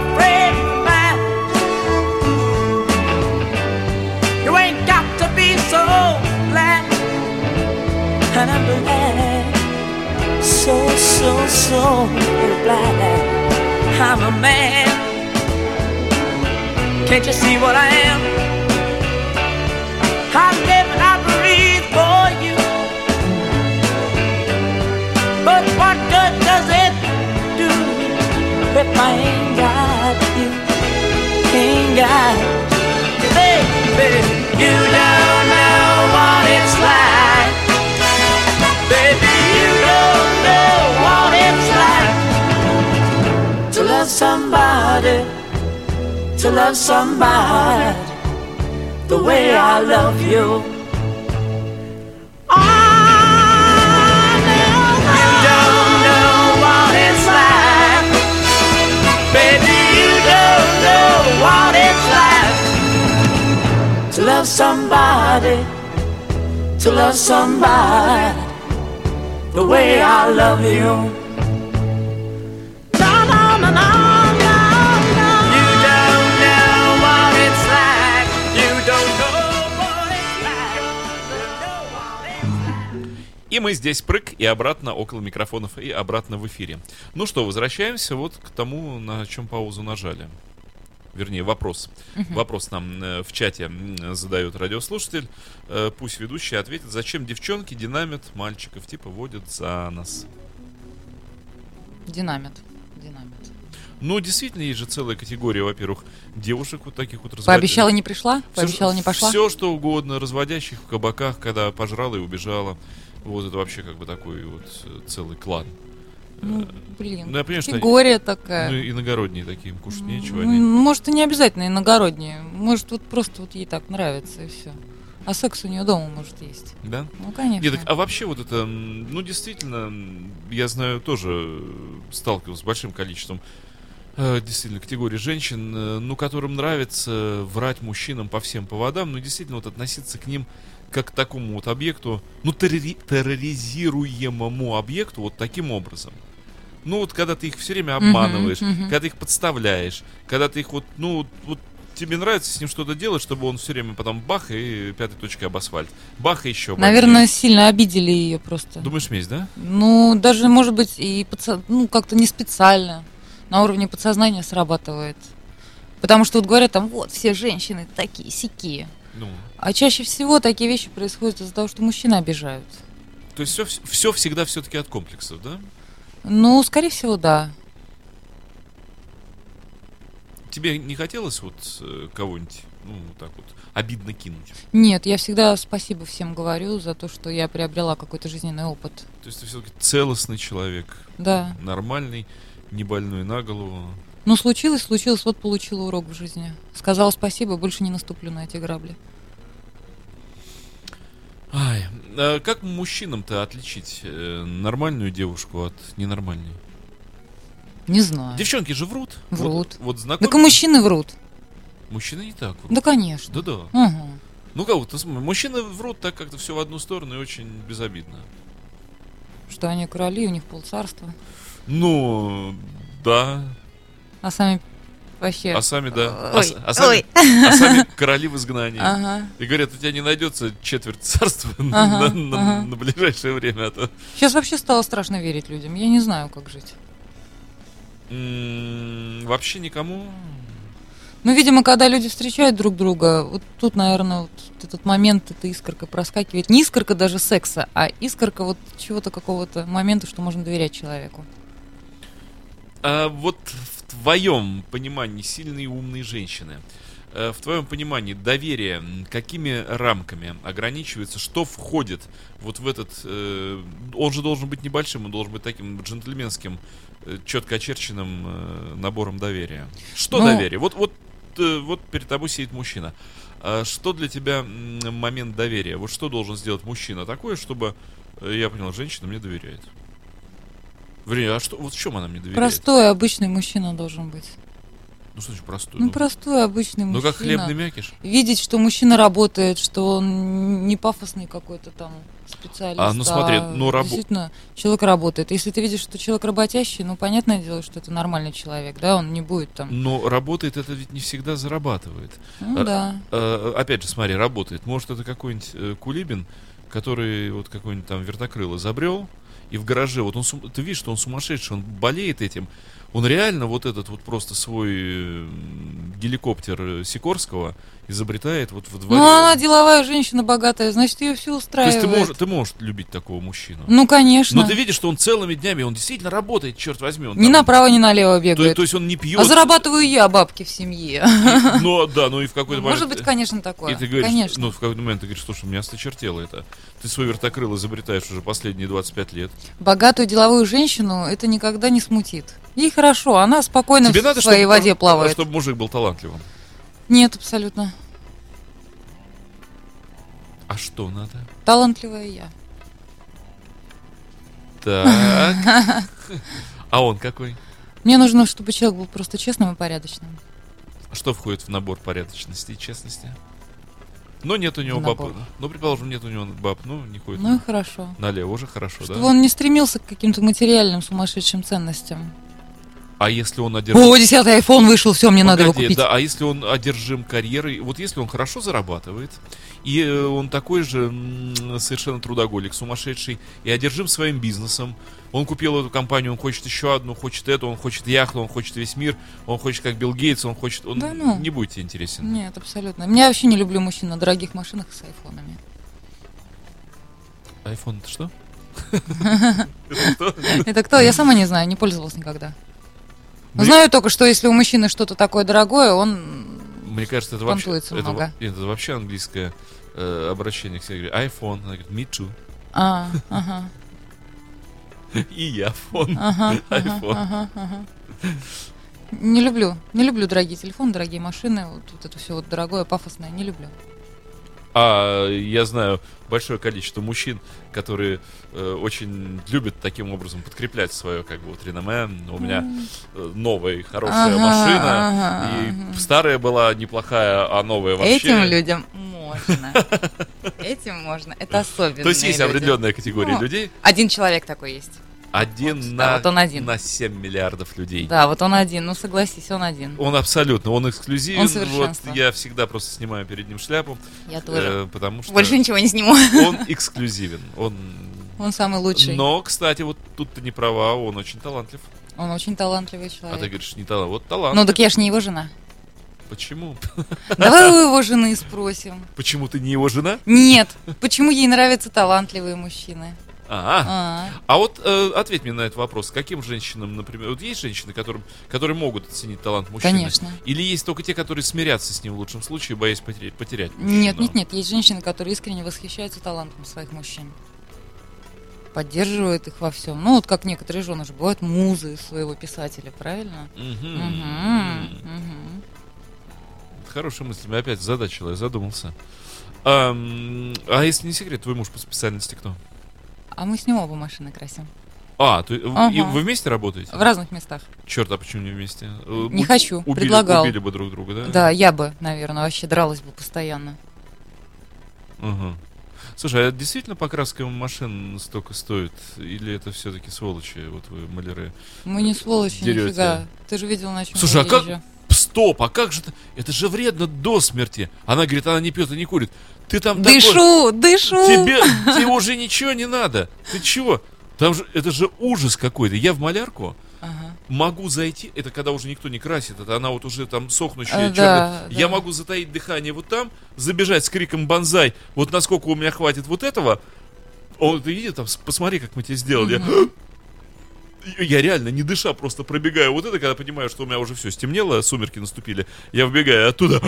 friend of mine. You ain't got to be so glad, and I'm glad, so so so glad. I'm a man. Can't you see what I am? I live and I breathe for you. But what good does it do if I ain't got you? Ain't got you, baby. You don't know what it's like, baby. You don't know what it's like to love somebody, to love somebody the way I love you. You don't know what it's like, baby. You don't know what it's like to love somebody, to love somebody the way I love you. No, no, no, no, no, no. You don't know what it's like. You don't know what it's like. Don't know what it's like. И мы здесь прыг и обратно около микрофонов и обратно в эфире. Ну что, возвращаемся вот к тому, на чем паузу нажали. Вернее, вопрос. Вопрос нам э, в чате м, задает радиослушатель. Э, Пусть ведущий ответит, зачем девчонки динамит мальчиков, типа водят за нас. Динамит. Динамит. Ну, действительно, есть же целая категория, во-первых, девушек вот таких вот Пообещала, не пришла? Пообещала, не пошла? Все что угодно, разводящих в кабаках, когда пожрала и убежала. Вот это вообще как бы такой вот э, целый клан. Ну, блин, Ну, я понимаю, что они- категория Ну, такая. иногородние такие, им кушать нечего. М, Они... Может, и не обязательно иногородние. Может, вот просто вот ей так нравится и все. А секс у нее дома может есть. Да? Ну, конечно. Нет, так, а вообще вот это, м, ну действительно, м, я знаю, тоже э, сталкивался с большим количеством э, действительно категории женщин, э, ну которым нравится врать мужчинам по всем поводам, ну действительно вот относиться к ним как к такому вот объекту, ну террори- терроризируемому объекту вот таким образом. Ну вот когда ты их все время обманываешь, мгм. когда ты их подставляешь, когда ты их вот, ну вот- вот тебе нравится с ним что-то делать, чтобы он все время потом бах и пятой точкой об асфальт. Бах и еще. Наверное, сильно обидели ее просто. Думаешь, месть, да? Ну, даже, может быть, и подсо- ну, как-то не специально. На уровне подсознания срабатывает. Потому что вот говорят там, вот, все женщины такие сякие. Ну. А чаще всего такие вещи происходят из-за того, что мужчины обижают. То есть все, все всегда все-таки от комплексов, да? Ну, скорее всего, да. Тебе не хотелось вот э, кого-нибудь, ну, вот так вот, обидно кинуть? Нет, я всегда спасибо всем говорю за то, что я приобрела какой-то жизненный опыт. То есть ты все-таки целостный человек, Да. нормальный, не больной на голову. Ну, случилось, случилось, вот получила урок в жизни. Сказала спасибо, больше не наступлю на эти грабли. Ай, э, как мужчинам-то отличить э, нормальную девушку от ненормальной? Не знаю. Девчонки же врут. А. Врут. Вот, вот знаком... Так и мужчины врут. Мужчины не так врут. Да, конечно. Да-да. Ага. Ну как вот, ты см- мужчины врут так как-то все в одну сторону и очень безобидно. Что они короли, у них полцарства. Ну, да. А сами вообще... А сами, да. А, Ой, с- а сами, ой. А. а сами короли в изгнании. Ага. И говорят, у тебя не найдется четверть царства Ага, на, на- ага. на ближайшее время. а то- Сейчас вообще стало страшно верить людям. Я не знаю, как жить. М, Вообще никому. Ну, видимо, когда люди встречают друг друга, вот тут, наверное, вот этот момент, эта искорка проскакивает. Не искорка даже секса, а искорка вот чего-то какого-то момента, что можно доверять человеку. А вот в твоем понимании сильные и умные женщины, э, в твоем понимании доверие м, какими рамками ограничивается, что входит вот в этот, э, он же должен быть небольшим, он должен быть таким джентльменским, э, четко очерченным э, набором доверия. Что Ну- доверие? Вот, вот, э, вот перед тобой сидит мужчина. А Что для тебя м, момент доверия? Вот что должен сделать мужчина такое, чтобы э, я понял, женщина мне доверяет? Блин, а что, вот в чем она мне доверяет? Простой, обычный мужчина должен быть. Ну что значит простой? Ну, простой, обычный ну мужчина. как хлебный мякиш? Видеть, что мужчина работает, что он не пафосный какой-то там специалист. А, ну смотри, ну, рабо- Действительно, человек работает. Если ты видишь, что человек работящий, ну, понятное дело, что это нормальный человек, да, он не будет там... Но работает это ведь не всегда зарабатывает. Ну, А- да. Э, опять же, смотри, работает. Может, это какой-нибудь э, Кулибин, который вот какой-нибудь там вертокрыл изобрел, и в гараже, вот он, сум- ты видишь, что он сумасшедший, он болеет этим. Он реально вот этот вот просто свой э, м, геликоптер э, Сикорского изобретает вот в дворе. Ну, она деловая женщина, богатая, значит, ее все То устраивает. есть ты можешь, ты можешь любить такого мужчину. Ну, конечно. Но ты видишь, что он целыми днями, он действительно работает, черт возьми. Он Ни там- направо, ни налево то, бегает. то есть он не пьет. а зарабатываю я бабки в семье. Но, да, ну и в какой-то момент... Может быть, конечно, такое. И ты говоришь, конечно. ну, в какой-то момент ты говоришь, слушай, у меня осточертело это. Ты свой вертокрыл изобретаешь уже последние 25 лет. Богатую деловую женщину это никогда не смутит. Ей хорошо, она спокойно Ну, в своей чтобы- воде плавает. Чтобы мужик был талантливым. Нет, абсолютно. А что надо? Талантливая я. Так. А он какой? Мне нужно, чтобы человек был просто честным и порядочным. Что входит в набор порядочности и честности? Но нет у него В баб. набор. Ну, предположим, нет у него баб. Ну, не ходит. Ну и хорошо. Налево уже хорошо, Чтобы да? он не стремился к каким-то материальным сумасшедшим ценностям. А если он одержим... О, 10 iPhone вышел, все, мне надо его Погоди, купить. Да, а если он одержим карьерой, вот если он хорошо зарабатывает, и э, он такой же м, совершенно трудоголик, сумасшедший, и одержим своим бизнесом, он купил эту компанию, он хочет еще одну, хочет эту, он хочет яхту, он хочет весь мир, он хочет как Билл Гейтс, он хочет... Он Да ну. не будет тебе интересен. Нет, абсолютно. Я вообще не люблю мужчин на дорогих машинах с айфонами. Айфон это что? Это кто? Я сама не знаю, не пользовалась никогда. Но Знаю только, что если у мужчины что-то такое дорогое, он... Мне кажется, это вообще... Понтуется Это, во- много. нет, это вообще английское э, обращение к себе. Айфон, она говорит, me too. А, ага, И я фон. ага, ага, Айфон. ага, ага. Не люблю. Не люблю дорогие телефоны, дорогие машины. Вот, вот это все вот дорогое, пафосное. Не люблю. А я знаю большое количество мужчин, которые э, очень любят таким образом подкреплять свое как бы вот реноме. У меня э, новая и хорошая Ага, машина, ага, и ага. старая была неплохая, а новая вообще. Этим людям можно. Этим можно. Это особенно. То есть есть определенная категория Ну, людей. Один человек такой есть. Один вот, на да, вот он один. на 7 миллиардов людей. Да, вот он один. Ну согласись, он один. Он абсолютно, он эксклюзивен. Он вот совершенство. я всегда просто снимаю перед ним шляпу, Я тоже. э, потому что Больше ничего не сниму. он эксклюзивен. Он. Он самый лучший. Но, кстати, вот тут ты не права, он очень талантлив. Он очень талантливый А ты человек. говоришь, не талант. Вот талант. Ну так я ж не его жена. Почему? Давай у его жены спросим. Почему ты не его жена? Нет, почему ей нравятся талантливые мужчины? А, А, а вот э, ответь мне на этот вопрос. Каким женщинам, например, вот есть женщины, которым, которые могут оценить талант мужчины? Конечно. Или есть только те, которые смирятся с ним в лучшем случае, боясь потерять, потерять Нет, мужчину? нет, нет, есть женщины, которые искренне восхищаются талантом своих мужчин. Поддерживают их во всем. Ну, вот как некоторые жены же бывают музы своего писателя, правильно? Мгм. Мгм, мгм. Хорошая мысль. Меня опять задачила, я задумался. Ам, а если не секрет, твой муж по специальности кто? А мы с ним оба машины красим. А, ты, и Ага. вы вместе работаете? В разных местах. Черт, а почему не вместе? Э, Не у- хочу, убили- предлагал. Убили бы друг друга, да? Да, я бы, наверное, вообще дралась бы постоянно. Ага. Слушай, а действительно покраска машин столько стоит? Или это все-таки сволочи, вот вы маляры? Мы не сволочи, Дерёте. нифига. Ты же видел, на чем Слушай, я а как- езжу. Стоп, а как же это? Это же вредно до смерти. Она говорит, она не пьет и не курит. Ты там такой- Дышу, дышу! Тебе, тебе уже ничего не надо. Ты чего? Там же, это же ужас какой-то. Я в малярку Ага. могу зайти, это когда уже никто не красит, это она вот уже там сохнущая, Э, чёрная. да, Я да. могу затаить дыхание вот там, забежать с криком банзай, вот насколько у меня хватит вот этого. Он, ты видел, там, с- посмотри, как мы тебе сделали. Я, я реально, не дыша, просто пробегаю вот это, когда понимаю, что у меня уже все стемнело, сумерки наступили, я вбегаю оттуда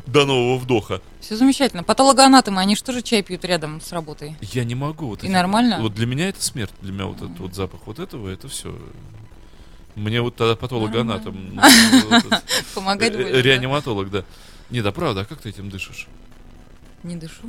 до нового вдоха. Все замечательно. Патологоанатомы, они же тоже чай пьют рядом с работой. Я не могу. Вот И эти- нормально? Вот для меня это смерть. Для меня вот этот вот запах вот этого, это все. Мне вот тогда патологоанатом, ну, этот, э, Помогать э, будешь, реаниматолог, да. Не, да правда, а как ты этим дышишь? да? Не дышу.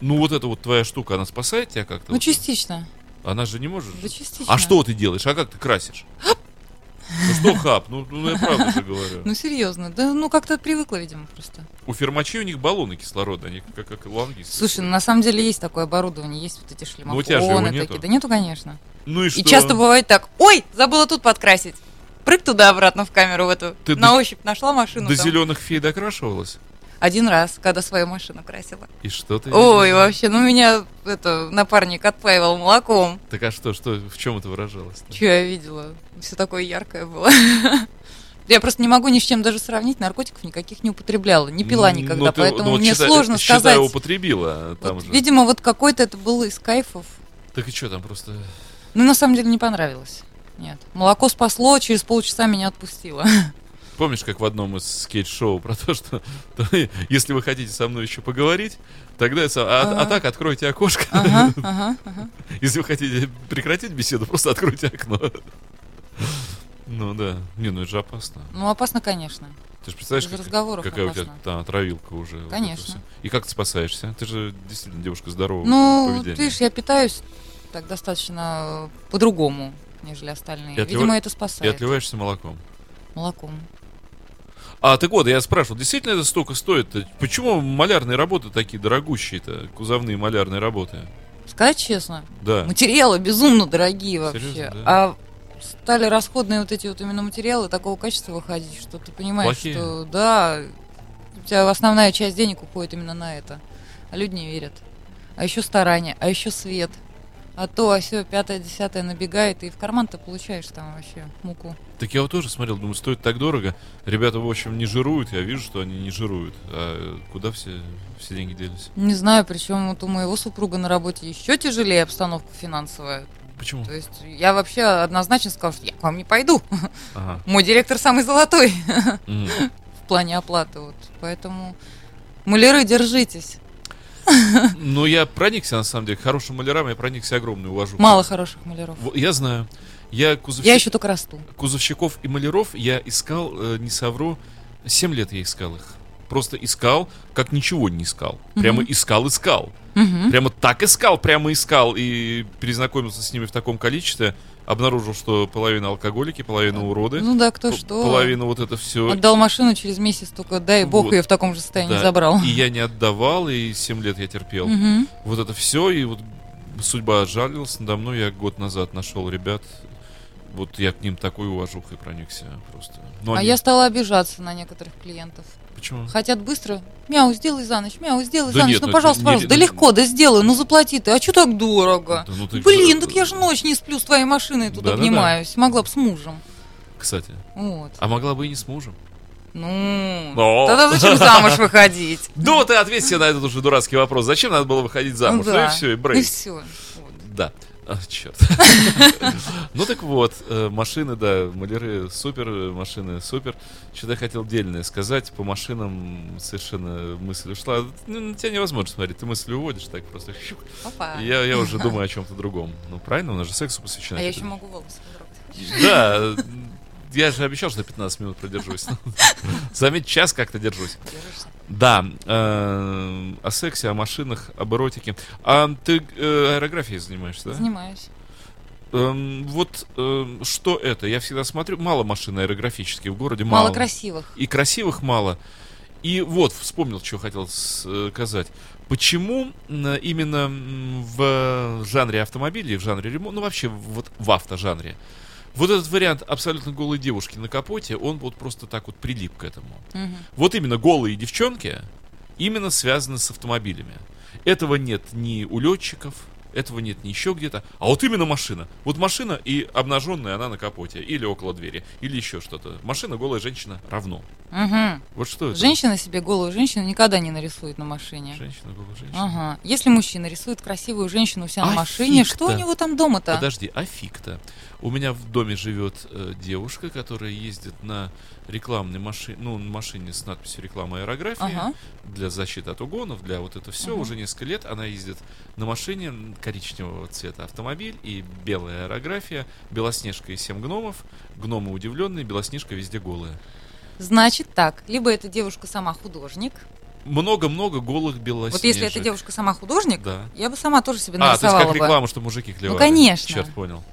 Ну вот эта вот твоя штука, она спасает тебя как-то? Ну, Вот, частично. Она же не может. Да частично. А что ты делаешь? А как ты красишь? Ну что хап? Ну, ну, я правду же говорю. Ну, серьезно. Да, ну, как-то привыкла, видимо, просто. У фермачей у них баллоны кислорода, они как, как лангисты. Слушай, ну, на самом деле есть такое оборудование, есть вот эти шлемофоны Ну, у тебя же его нету. такие. Да нету, конечно. ну и что? И часто бывает так, ой, забыла тут подкрасить. Прыг туда-обратно в камеру в эту. Ты на до- ощупь нашла машину. До ну, там. зеленых фей докрашивалась? Один раз, когда свою машину красила. И что ты? Ой, вообще, ну меня это напарник отпаивал молоком. Так а что, что, в чем это выражалось? Че я видела? Все такое яркое было. Я просто не могу ни с чем даже сравнить, наркотиков никаких не употребляла, не пила Ну, никогда, ты- поэтому ну, вот мне считай- сложно считай, сказать. употребила там Вот, же. Видимо, вот какой-то это был из кайфов. Так и что там просто... Ну, на самом деле, не понравилось. Нет. Молоко спасло, через полчаса меня отпустило. Помнишь, как в одном из скейт-шоу про то, что то, если вы хотите со мной еще поговорить, тогда... я сам- А, а Ага. так откройте окошко. Ага, ага, ага. Если вы хотите прекратить беседу, просто откройте окно. Ну да. Не, ну это же опасно. Ну, опасно, конечно. Ты же представляешь, Без как- разговоров какая у тебя опасно. там отравилка уже. вот это Конечно. всё. И как ты спасаешься? Ты же действительно девушка здорового Ну, поведения. видишь, я питаюсь так достаточно э, по-другому, нежели остальные. И отлива- Видимо, это И спасает. отливаешься молоком. Молоком. А, так вот, я спрашивал, действительно это столько стоит? Почему малярные работы такие дорогущие-то? Кузовные малярные работы. Сказать честно, Да. материалы безумно дорогие вообще. Серьезно, да? А стали расходные вот эти вот именно материалы такого качества выходить, что ты понимаешь, Плохие. что да, у тебя основная часть денег уходит именно на это. А люди не верят. А еще старания, а еще свет. А то, а все, пятое, десятое набегает, и в карман ты получаешь там вообще муку. Так я вот тоже смотрел, думаю, стоит так дорого. Ребята, в общем, не жируют, я вижу, что они не жируют. А куда все, все деньги делись? Не знаю, причем вот у моего супруга на работе еще тяжелее обстановка финансовая. Почему? То есть я вообще однозначно сказала, что я к вам не пойду. Ага. Мой директор самый золотой. Мгм. в плане оплаты. Вот. Поэтому, маляры, держитесь. Ну, я проникся, на самом деле, к хорошим малярам, я проникся огромный уважу. Мало хороших маляров. Во- Я знаю. Я, кузовщик- Я еще только расту. кузовщиков и маляров я искал, э, не совру, 7 лет я искал их. Просто искал, как ничего не искал. Прямо искал-искал. Мгм. Прямо так искал, прямо искал и перезнакомился с ними в таком количестве, обнаружил, что половина алкоголики, половина уроды, Ну да, кто п- что. половина вот это все. Отдал машину через месяц только, дай бог, Вот. ее в таком же состоянии забрал. И я не отдавал, и 7 лет я терпел. Мгм. Вот это все, и вот судьба жалилась надо мной, я год назад нашел ребят. Вот я к ним такой уважухой проникся просто. Ну, А они- я стала обижаться на некоторых клиентов. Почему? Хотят быстро. Мяу, сделай за ночь, мяу, сделай Да за ночь. нет, ну, это пожалуйста, не- пожалуйста. Да легко, да сделай, ну заплати ты. А что так дорого? Да ну ты- Блин, так я же ночь не сплю с твоей машиной тут Да-да-да. обнимаюсь. Могла бы с мужем. Кстати, Вот. а могла бы и не с мужем. Ну, Но. тогда зачем замуж выходить? Ну, вот и ответь себе на этот уже дурацкий вопрос. Зачем надо было выходить замуж? Ну Ну, да. и все, и И брейк. все. Да. А, черт. Ну так вот, э, машины, да, маляры супер, э, машины супер. Что-то я хотел дельное сказать, по машинам совершенно мысль ушла. Ну, на тебя невозможно смотреть, ты мысль уводишь так просто. Щук. Папа. Я, я уже думаю о чем-то другом. Ну правильно, у нас же сексу посвящена. А я эта- еще могу волосы подрать. Да, э, я же обещал, что 15 минут продержусь. Заметь, час как-то держусь. Держишься. Да, э, о сексе, о машинах, об эротике. А ты э, аэрографией занимаешься, да? Занимаюсь. Эм, вот эм, что это? Я всегда смотрю, мало машин аэрографических в городе, мало. Мало красивых. И красивых мало. И вот, вспомнил, что хотел сказать. Почему м, именно м, в жанре автомобилей, в жанре ремонта, ну вообще вот в автожанре, вот этот вариант абсолютно голой девушки на капоте, он вот просто так вот прилип к этому. Мгм. Вот именно голые девчонки именно связаны с автомобилями. Этого нет ни у летчиков, этого нет ни еще где-то. А вот именно машина. Вот машина и обнаженная она на капоте, или около двери, или еще что-то. Машина, голая женщина равно. Мгм. Вот что это? Женщина себе голую женщину никогда не нарисует на машине. Женщина, голая женщина. Ага. Если мужчина рисует красивую женщину у себя на А машине, фиг-то. что у него там дома-то? Подожди, а фиг-то? У меня в доме живет э, девушка, которая ездит на рекламной машине, ну, на машине с надписью реклама аэрографии Ага. для защиты от угонов, для вот это все. Уже несколько лет она ездит на машине м, коричневого цвета автомобиль и белая аэрография, белоснежка и семь гномов, гномы удивленные, белоснежка везде голая. Значит так, либо эта девушка сама художник. Много-много голых белоснежек. Вот если эта девушка сама художник, Да. я бы сама тоже себе А, то есть нарисовала как бы. Ну, реклама, что мужики клевали. конечно. Черт понял.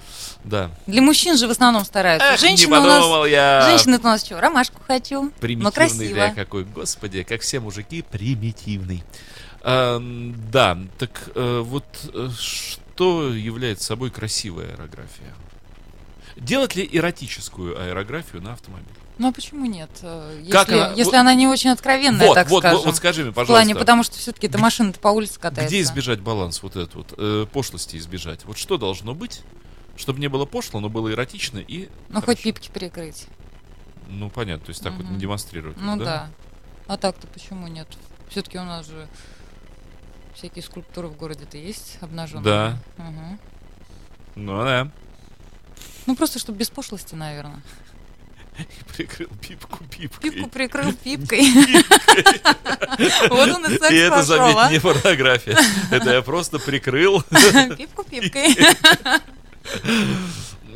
Да. Для мужчин же в основном стараются. Эх, Женщины не подумал у нас... я. Женщины у нас что, ромашку хочу, но Примитивный, красиво. да, какой, господи, как все мужики, примитивный. Эм, да, так э, вот э, что является собой красивая аэрография? Делать ли эротическую аэрографию на автомобиле? Ну а почему нет? Э, Если, Как она- если вот- она не очень откровенная, вот, так вот, скажем. вот, вот скажи мне, в плане, пожалуйста, потому что все-таки эта машина-то по улице катается. где избежать баланс вот этот вот, э, пошлости избежать? Вот что должно быть, чтобы не было пошло, но было эротично и... Ну хоть хорошо? пипки прикрыть. Ну, понятно, то есть так вот Мгм. не демонстрировать. Ну да? да. А так-то почему нет? Все-таки у нас же всякие скульптуры в городе-то есть обнаженные. Да. Мгм. Ну да. Ну просто чтобы без пошлости, наверное. И прикрыл пипку пипкой. Пипку прикрыл пипкой. Вот он и секс И это, пошел, заметь, а? не порнография. Это я просто прикрыл. Пипку пипкой.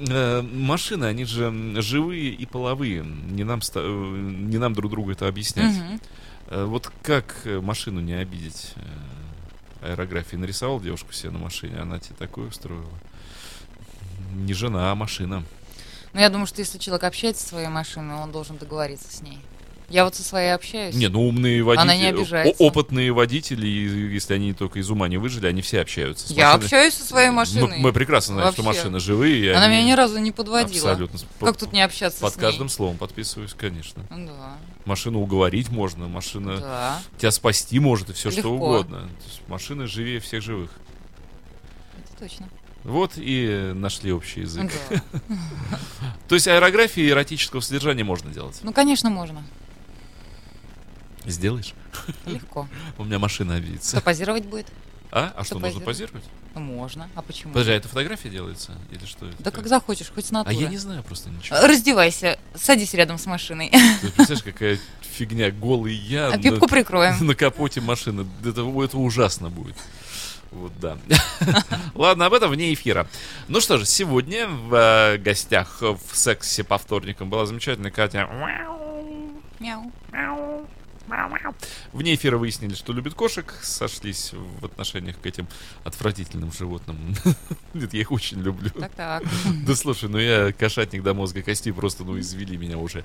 Э, Машины, они же м, живые и половые. Не нам, ста- э, не нам друг другу это объяснять. Мгм. Э, Вот как э, машину не обидеть? Э, Аэрографии нарисовал девушку себе на машине, она тебе такое устроила. Не жена, а машина. Ну я думаю, что если человек общается со своей машиной, он должен договориться с ней. Я вот со своей общаюсь. Не, ну умные водители, Она не обижается. о- опытные водители, и- если они только из ума не выжили, они все общаются. с Я машиной. общаюсь со своей Мы- машиной. Мы, прекрасно знаем, что Вообще. машины живые. и Она они меня ни разу не подводила. Абсолютно. Как тут не общаться Под с каждым ней? Ну словом подписываюсь, конечно. Да, Машину уговорить можно, машина да. тебя спасти может и все что Легко. угодно. То есть машина живее всех живых. Это точно. Вот и нашли общий язык. Да. То есть аэрографии эротического содержания можно делать. Ну, конечно, можно. Сделаешь? Легко. У меня машина Кто обидится. позировать будет? А? А что, кто нужно позировать? позирует? Ну, можно. А почему? Подожди, а это фотография делается? Или что это? Да как захочешь, хоть с А натуры. Э, я не знаю просто ничего. Раздевайся, садись рядом с машиной, Ты представляешь, какая фигня, голый я. а на- пипку прикроем. на капоте машины. Это, это ужасно будет. Вот да. Ладно, об этом вне эфира. Ну что же, сегодня в э, гостях в сексе по вторникам была замечательная Катя. Мяу. Вне эфира выяснили, что любит кошек, сошлись в отношениях к этим отвратительным животным. Нет, я их очень люблю. Так-так. Да слушай, ну я кошатник до мозга костей, просто ну извели меня уже.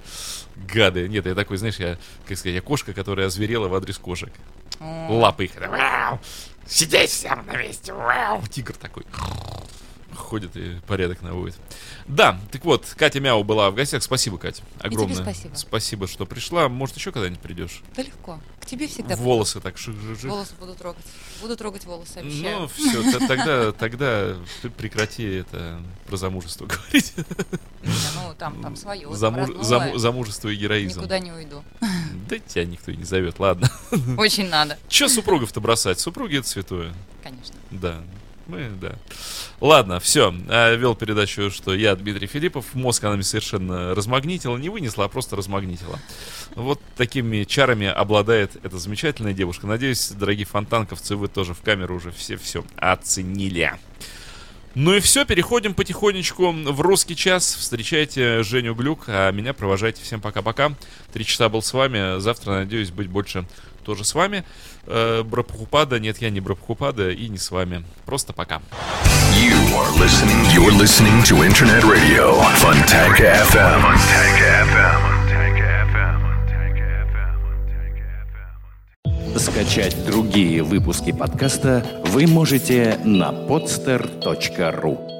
Гады. Нет, я такой, знаешь, я, как сказать, я кошка, которая озверела в адрес кошек. О, лапы их. Вау! Сидеть всем на месте. Вау! Тигр такой. Ходит и порядок наводит. Да, так вот, Катя Мяу была в гостях. Спасибо, Катя. Огромное. спасибо. что пришла. Может, еще когда-нибудь придешь? Да легко. К тебе всегда Волосы так жих-жих-жих. волосы буду трогать. Буду трогать волосы, Ну, обещаю. все, тогда, тогда ты прекрати это про замужество говорить. Не, Ну, там, там свое. там Замуж- родное. заму- замужество и героизм. Никуда не уйду. Да тебя никто и не зовет, ладно. Очень надо, Че супругов-то бросать? Супруги это святое. конечно. Да. Мы, да. Ладно, все. Вел передачу, что я Дмитрий Филиппов. Мозг она мне совершенно размагнитила. Не вынесла, а просто размагнитила. Вот такими чарами обладает эта замечательная девушка. Надеюсь, дорогие фонтанковцы, вы тоже в камеру уже все все оценили. Ну и все, переходим потихонечку в русский час. Встречайте Женю Глюк, а меня провожайте. Всем пока-пока. Три часа был с вами. Завтра, надеюсь, быть больше тоже с вами. Э, Брабхупада, нет, я не Брабхупада и не с вами. Просто пока. You are listening. You're listening to Internet Radio. Funtech FM. Funtech FM. Funtech FM. Funtech FM. Скачать другие выпуски подкаста вы можете на podster.ru